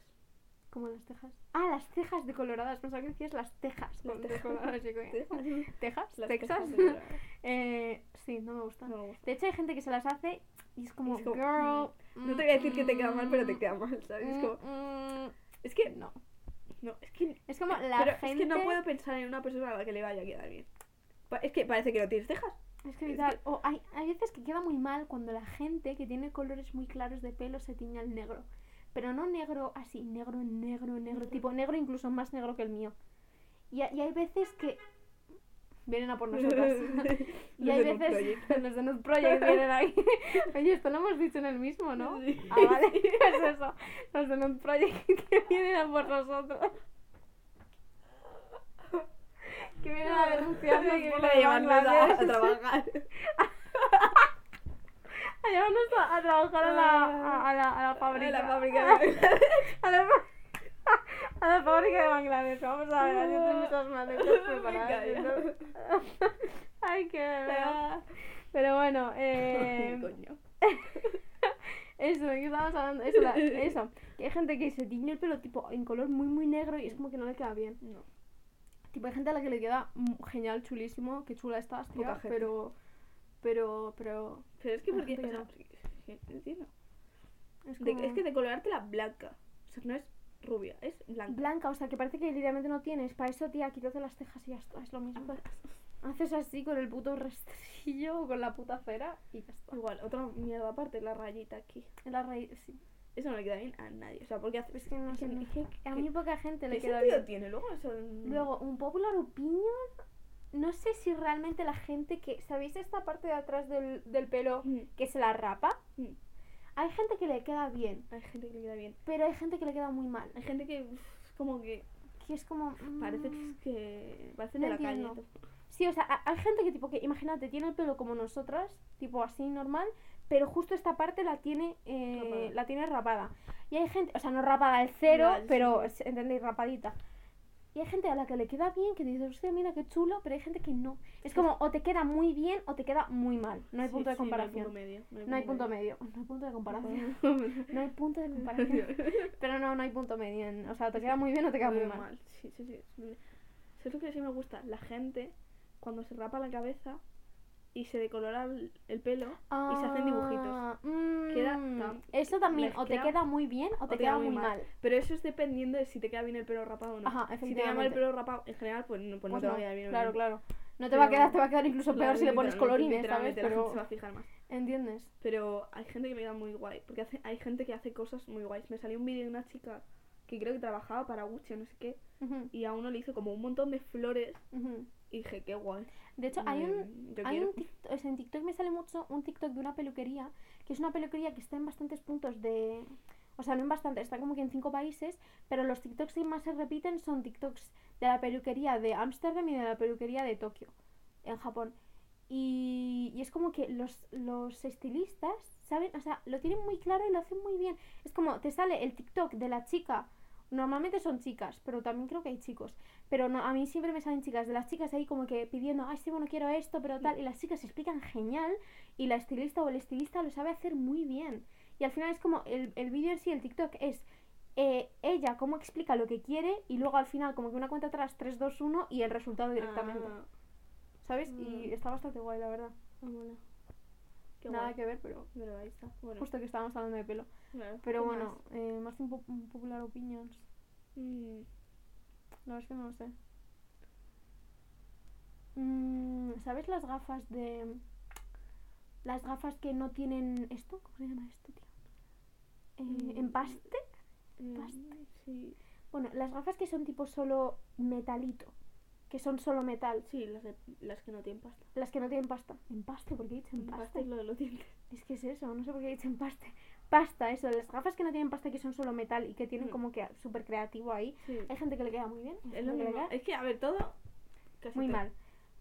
A: ¿Cómo las tejas? Ah, las cejas decoloradas. Pensaba que decías las tejas.
B: Las
A: con-
B: tejas.
A: decoloradas, yo creo.
B: Cejas.
A: ¿Tejas?
B: Las
A: ¿Texas?
B: cejas decoloradas.
A: (laughs) eh, sí, no me gustan.
B: No me gusta.
A: De hecho, hay gente que se las hace y es como,
B: Es como, mm,
A: girl. mm,
B: No te voy a decir que te queda mal, pero te queda mal, ¿sabes? Es como- es que
A: no.
B: no, es que
A: Es como la
B: pero
A: gente.
B: es que no puedo pensar en una persona a la que le vaya a quedar bien. Pa- Es que parece que no tienes cejas.
A: Es que
B: es
A: literal, o hay, hay veces que queda muy mal cuando la gente que tiene colores muy claros de pelo se tiñe al negro. Pero no negro así, negro, negro, negro, tipo negro incluso más negro que el mío. Y, ha- y hay veces que vienen a por
B: (laughs)
A: nosotras. y
B: Los
A: hay
B: de Nude
A: veces los de Nude Project vienen
B: (laughs)
A: ahí. Oye, esto lo hemos dicho en el mismo, (laughs) ¿no?
B: Sí.
A: Ah,
B: (laughs)
A: vale, es eso. Los de Nude Project (laughs) que vienen a por nosotros. Que vienen
B: (laughs)
A: a denunciarnos
B: Sí, que
A: por
B: viene
A: lo
B: a
A: de
B: llevarnos a, a
A: Bangladesh.
B: trabajar.
A: A llevarnos a, a trabajar a la, a, a la, a la fábrica.
B: A Ah,
A: (laughs)
B: la fábrica de Bangladesh.
A: A la, fa- a la fábrica de Bangladesh. Vamos a ver, haciendo muchas
B: (laughs)
A: maletas preparadas.
B: Venga, ya.
A: ¿no? (laughs) Ay, qué verdad. Pero
B: (laughs)
A: bueno, eh,
B: Coño.
A: eso, ¿de qué estábamos hablando? Eso,
B: (laughs)
A: la- eso, que hay gente que se tiñe el pelo tipo en color muy, muy negro y es como que no le queda bien.
B: No.
A: Tipo, hay gente a la que le queda mm, genial, chulísimo, que chula estás, tía,
B: Poca gente.
A: pero, pero, pero,
B: Pero es que
A: Hay
B: porque.
A: gente
B: O
A: que
B: sea,
A: no.
B: es que no entiendo.
A: Ah, es
B: De-
A: como-
B: es que de colorártela blanca. O sea, no es rubia, es blanca.
A: blanca, o sea, que parece que literalmente no tienes. Para eso, tía, quítate las cejas y ya está, es lo mismo. Pues, Haces así con el puto rastrillo o con la puta cera y ya está.
B: Igual, otra mierda aparte, la rayita aquí.
A: En la raíz, sí.
B: Eso no le queda bien a nadie. O sea, porque hace.
A: Es que no
B: es
A: sé,
B: que-
A: es que a
B: que-
A: muy poca gente le
B: ¿Qué
A: queda
B: sentido
A: bien.
B: tiene luego eso? Mm.
A: Luego, un popular opinion, no sé si realmente la gente que... ¿Sabéis esta parte de atrás del, del pelo
B: Mm,
A: que se la rapa?
B: mm.
A: Hay gente que le queda bien,
B: Hay gente que le queda bien.
A: pero hay gente que le queda muy mal.
B: Hay gente que. uf, como que.
A: Que es como...
B: Parece
A: mm,
B: que. Parece
A: no
B: de la calle.
A: entiendo. Sí, o sea, ha- hay gente que tipo que, imagínate, tiene el pelo como nosotras, tipo así normal, pero justo esta parte la tiene, eh,
B: Rapada.
A: la tiene rapada. Y hay gente, o sea, no rapada al cero,
B: Vale, sí,
A: pero es- entendéis, rapadita. Y hay gente a la que le queda bien, que dice, hostia, mira qué chulo, pero hay gente que no. Es como, o te queda muy bien o te queda muy mal. No hay
B: Sí,
A: punto de
B: sí,
A: comparación. No hay punto medio. No hay punto de comparación.
B: (laughs) No hay punto medio.
A: (laughs) No hay punto
B: (laughs)
A: de comparación. Pero no, no hay punto medio. en- O sea, te queda muy bien o te queda
B: Muy
A: muy mal.
B: mal. Sí, sí, sí. Eso es lo que sí me gusta. La gente cuando se rapa la cabeza y se decolora el, el pelo y se hacen dibujitos.
A: Ah, mm,
B: Queda tam-
A: eso también,
B: les
A: o te
B: queda-
A: queda muy bien o te, queda, muy mal.
B: Pero eso es dependiendo de si te queda bien el pelo rapado o no.
A: Ajá,
B: si te queda mal el
A: efectivamente.
B: pelo rapado, en general, pues no, pues no
A: Pues
B: te va
A: no,
B: a quedar bien.
A: claro,
B: obviamente.
A: claro. No te va a
B: Pero-
A: quedar, te va a quedar incluso
B: Claro,
A: peor si le pones
B: literalmente-
A: colorines, ¿sabes?
B: literalmente la
A: Pero
B: gente se va a fijar más.
A: entiendes.
B: Pero hay gente que me queda muy guay. Porque hace- hay gente que hace cosas muy guays. Me salió un vídeo de una chica que creo que trabajaba para Gucci o no sé qué.
A: Ujú,
B: Y a uno le hizo como un montón de flores.
A: ujú.
B: Y dije, qué guay.
A: De hecho, hay un,
B: Mm, yo
A: hay
B: quiero.
A: un TikTok, o sea, en TikTok me sale mucho un TikTok de una peluquería, que es una peluquería que está en bastantes puntos de... O sea, no en bastantes, está como que en cinco países, pero los TikToks que más se repiten son TikToks de la peluquería de Ámsterdam y de la peluquería de Tokio, en Japón. Y, y es como que los, los estilistas, ¿saben? O sea, lo tienen muy claro y lo hacen muy bien. Es como, te sale el TikTok de la chica. Normalmente son chicas, pero también creo que hay chicos. Pero no, a mí siempre me salen chicas. De las chicas ahí como que pidiendo, ay, sí, bueno, quiero esto, pero tal. Y las chicas se explican genial. Y la estilista o el estilista lo sabe hacer muy bien. Y al final es como, el, el vídeo en sí, el TikTok, es eh, ella cómo explica lo que quiere. Y luego al final como que una cuenta atrás, 3, 2, 1 y el resultado directamente.
B: Ah,
A: ¿Sabes?
B: Mm.
A: Y está bastante guay, la verdad.
B: me mola. Qué
A: Nada
B: guay.
A: que ver, pero
B: Pero ahí está. Bueno,
A: justo que estábamos hablando de pelo.
B: claro.
A: Pero
B: ¿Qué
A: bueno,
B: más?
A: eh, más un, po- un popular opinions.
B: Mm,
A: La verdad es que no lo sé. mm, ¿Sabes las gafas de. Las gafas que no tienen. ¿Esto? ¿Cómo se llama esto, tío? Eh,
B: Mm.
A: ¿Empaste?
B: Mm, Sí.
A: Bueno, las gafas que son tipo solo metalito. Que son solo metal.
B: Sí, las, de- las que no tienen pasta.
A: Las que no tienen pasta. ¿Empaste? ¿Por qué he dicho
B: Pasta
A: empaste?
B: es lo de los dientes.
A: Es que es eso, no sé por qué he dicho empaste. Pasta, eso. Las gafas que no tienen pasta, que son solo metal y que tienen
B: Mm.
A: como que súper creativo ahí.
B: Sí.
A: Hay gente que le queda muy bien. hay
B: Es lo
A: gente que le
B: mismo.
A: queda
B: Es que, a ver, todo. casi
A: muy
B: todo.
A: mal.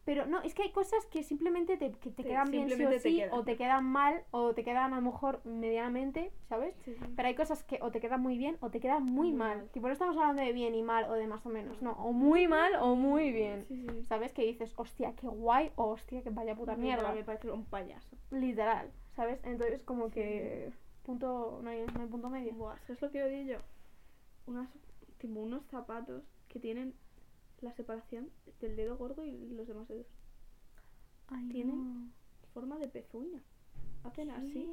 A: Pero no, es que hay cosas que simplemente te, que te
B: Sí,
A: quedan bien sí o
B: simplemente te
A: sí,
B: quedan.
A: o te quedan mal, o te quedan a lo mejor medianamente, ¿sabes?
B: Sí, sí.
A: Pero hay cosas que o te quedan muy bien o te quedan muy,
B: Muy
A: mal.
B: mal.
A: Tipo, no estamos hablando de bien y mal o de más o menos, no. O muy mal o muy bien.
B: Sí, sí.
A: ¿Sabes? Que dices, hostia, qué guay o hostia, que vaya puta
B: Literal,
A: mierda.
B: Me parece un payaso.
A: Literal, ¿sabes? Entonces, como que. Punto. No hay, no hay punto medio.
B: Buah, ¿sabes lo que odio yo? Unas, tipo, unos zapatos que tienen la separación del dedo gordo y los demás dedos. Tienen Forma de pezuña. Hacen así.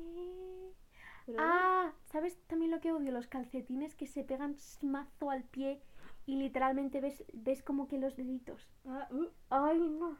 B: pero
A: Ah, ¿sabes también lo que odio? Los calcetines que se pegan mazo al pie y literalmente ves, ves como que los deditos.
B: luego- ah, uh,
A: Ay, no.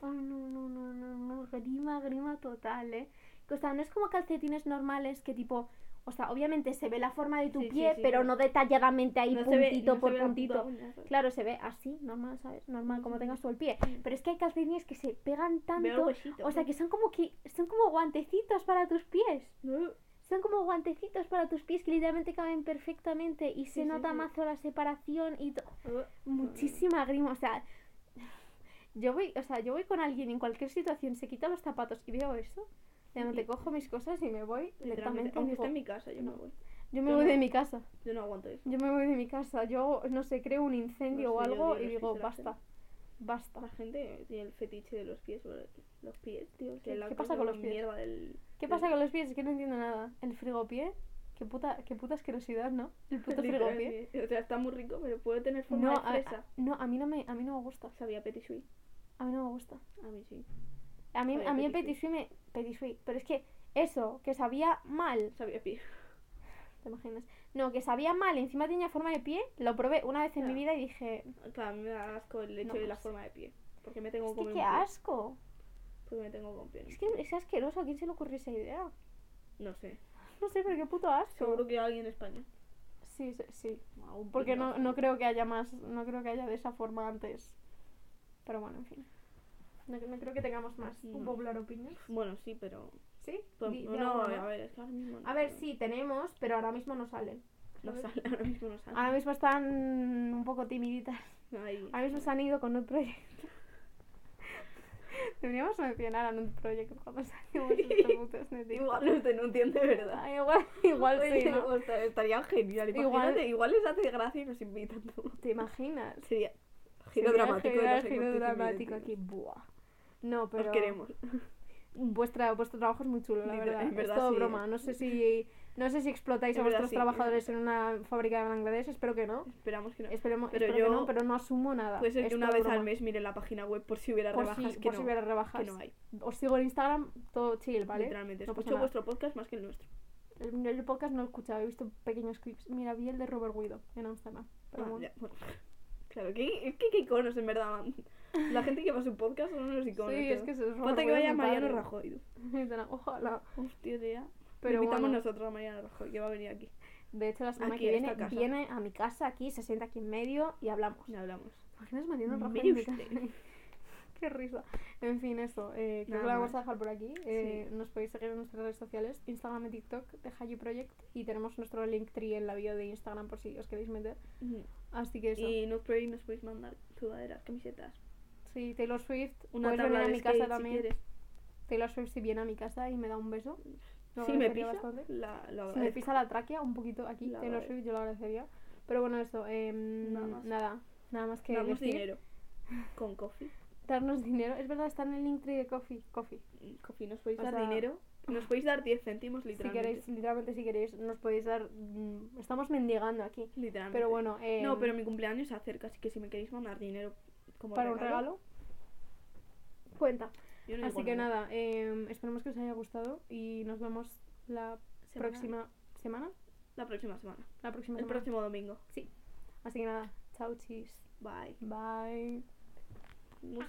A: Ay, no, no, no, no, no. Grima, grima total, ¿eh? Que, O sea, no es como calcetines normales que tipo. O sea, obviamente se ve la forma de tu
B: Sí, sí,
A: pie,
B: sí,
A: pero
B: pero-
A: no detalladamente ahí
B: no se ve-
A: puntito
B: no se
A: por
B: ve la puta
A: puntito.
B: uña, ¿sabes?
A: Claro, se ve así, normal, ¿sabes? Normal, como
B: Ujú.
A: tengas tú el pie.
B: Mm.
A: Pero es que hay calcetines que se pegan
B: Veo el
A: tanto.
B: huesito.
A: O sea, que son como que son como guantecitos para tus pies.
B: No,
A: Son como guantecitos para tus pies que literalmente caben perfectamente y se
B: sí,
A: nota
B: sí.
A: mazo la separación y to-
B: uh,
A: muchísima grima, o sea, yo voy, o sea, yo voy con alguien y en cualquier situación, se quita los zapatos y veo eso, literalmente
B: Sí.
A: cojo mis cosas y me voy
B: Literalmente.
A: lentamente.
B: Aunque
A: digo,
B: esté en mi casa, yo
A: no.
B: me voy.
A: yo me
B: yo
A: voy
B: no-
A: de mi casa.
B: Yo no aguanto eso.
A: Yo me voy de mi casa, yo no sé, creo un incendio
B: No
A: o
B: sé, yo
A: algo
B: odio
A: y
B: los
A: digo,
B: pies de la
A: basta, basta.
B: La gente tiene el fetiche de los pies. ¿verdad? Los pies, tío.
A: ¿Qué-
B: que la
A: qué pasa
B: cosa
A: con
B: de
A: los pies?
B: Mierda del,
A: ¿Qué pasa con los pies? Es que no entiendo nada. El frigopié, qué puta, qué puta asquerosidad, ¿no? El
B: (laughs)
A: puto frigopié.
B: Literalmente. O sea, está muy rico, pero puede tener forma
A: No,
B: de
A: a,
B: fresa.
A: a- no, a mí no me, a mí no me gusta,
B: Sabía Petit Suisse.
A: a mí no me gusta.
B: A mí sí.
A: A mí,
B: Joder,
A: a mí el
B: petit
A: petit suisse me, petit suisse, pero es que eso, que sabía mal,
B: Sabía pie.
A: ¿Te imaginas? No, que sabía mal, encima tenía forma de pie. Lo probé una vez en mi
B: Ya.
A: vida y dije,
B: Claro, a mí me da asco el hecho
A: No,
B: de la
A: sí.
B: forma de pie. Porque me tengo
A: es
B: que comer
A: que
B: un
A: qué
B: pie.
A: asco.
B: Porque me tengo que comer un
A: Es
B: pie.
A: que es asqueroso, ¿a quién se le ocurrió esa idea? (laughs)
B: No sé.
A: No sé, pero qué puto asco.
B: Seguro que alguien en España.
A: Sí, sí, sí. Porque no, no creo que haya más, no creo que haya de esa forma antes. Pero bueno, en fin. No, no creo que tengamos más.
B: No.
A: popular opinión?
B: Bueno, sí, pero.
A: ¿Sí?
B: pues,
A: Di- di
B: no,
A: alguna
B: a
A: más.
B: ver, es que ahora mismo no.
A: A ver,
B: pero-
A: sí, tenemos, pero ahora mismo no salen.
B: No
A: ¿sabes?
B: sale, ahora mismo no sale.
A: Ahora mismo están un poco timiditas.
B: Ahí.
A: A mismo se han ido con Nude Project. Deberíamos mencionar a Nude Project cuando salimos estos putos netitos.
B: Igual los denuncian de verdad.
A: Ah, igual, igual sí,
B: Oye,
A: ¿no?
B: o sea, estaría genial.
A: Igual-
B: Imagínate, igual les hace gracia y nos invitan. ¿no?
A: ¿Te imaginas?
B: Sería giro
A: Sería
B: dramático. de
A: genial,
B: los
A: giro dramático
B: acontecimientos.
A: aquí. Buah. No,
B: Os
A: pero
B: queremos.
A: Vuestra, vuestro trabajo es muy chulo, la
B: Literal,
A: verdad.
B: en verdad
A: es todo
B: sí,
A: broma.
B: eh.
A: No sé si no sé si explotáis a
B: En verdad
A: vuestros
B: sí,
A: trabajadores en una fábrica de Bangladesh, espero que no.
B: Esperamos que no.
A: Esperemos,
B: Pero
A: espero que
B: yo-
A: no, pero no asumo nada.
B: Puede ser
A: Es
B: que una
A: todo
B: vez al
A: broma.
B: mes mire la página web por si hubiera
A: por
B: rebajas
A: si,
B: que,
A: por si
B: no,
A: hubiera rebajas.
B: que no hay.
A: Os sigo en Instagram, todo chill, ¿vale?
B: Literalmente.
A: No pasa
B: Escucho
A: nada.
B: vuestro podcast más que el nuestro.
A: El, el podcast no lo he escuchado, he visto pequeños clips. Mira, vi el de Robert Guido en Amsterdam. Pero
B: Ah,
A: bueno.
B: ya, bueno. (laughs) Claro, ¿qué, qué, qué iconos en verdad? man? La gente que va a su podcast son unos iconos.
A: Sí,
B: tío.
A: es que eso es Robert
B: Falta este que
A: Guido,
B: vaya
A: mi
B: Mariano
A: padre.
B: Rajoy.
A: (laughs)
B: tú.
A: Literal, Ojalá.
B: Hostia, tía.
A: Pero
B: Pero invitamos
A: bueno,
B: nosotros a Mariano Rajoy, que va a venir aquí.
A: de hecho la semana
B: Aquí,
A: que
B: a
A: viene
B: esta casa.
A: viene a mi casa aquí, se sienta aquí en medio y hablamos.
B: Y hablamos.
A: Imaginas Mariano Rajoy
B: Mire
A: en mi casa. (laughs)
B: usted.
A: Qué risa. En fin, eso. eh, creo
B: Nada
A: que la vamos
B: más.
A: a dejar por aquí. Eh, Nos podéis seguir en nuestras redes sociales, Instagram y TikTok de Hayu Project. Y tenemos nuestro link tree en la bio de Instagram por si os queréis meter. Así que eso.
B: Y no Project nos podéis mandar sudaderas, camisetas.
A: Sí, Taylor Swift.
B: Una
A: puedes venir
B: tabla
A: a
B: de
A: mi
B: skate,
A: casa
B: si
A: también.
B: quieres.
A: Taylor Swift si viene a mi casa y me da un beso. lo
B: si me
A: agradecería
B: pisa,
A: bastante.
B: la, eh, lo
A: Si me
B: agradezco.
A: pisa la tráquea un poquito aquí,
B: Lo
A: Taylor
B: agradezco.
A: Swift, yo lo agradecería. Pero bueno, eso. em,
B: Nada más.
A: nada. Nada más que
B: Damos
A: decir. (laughs)
B: dinero. Con coffee.
A: Darnos dinero. Es verdad, está en el link tree de Coffee. Coffee.
B: Coffee, nos podéis
A: O
B: dar
A: sea,
B: dinero. Nos podéis dar 10 céntimos,
A: Si
B: literalmente.
A: queréis, literalmente si queréis, nos podéis dar... mm, estamos mendigando aquí.
B: Literalmente.
A: Pero bueno, eh,
B: No, pero mi cumpleaños se acerca, así que si me queréis mandar dinero como
A: para un regalo, cuenta.
B: yo no
A: Así
B: digo
A: que
B: nada.
A: nada, eh, esperemos que os haya gustado y nos vemos la
B: Semana-
A: próxima semana.
B: La próxima semana.
A: La próxima
B: El
A: semana.
B: próximo domingo.
A: Así que nada, chao chis.
B: Bye.
A: Bye.
B: No sé.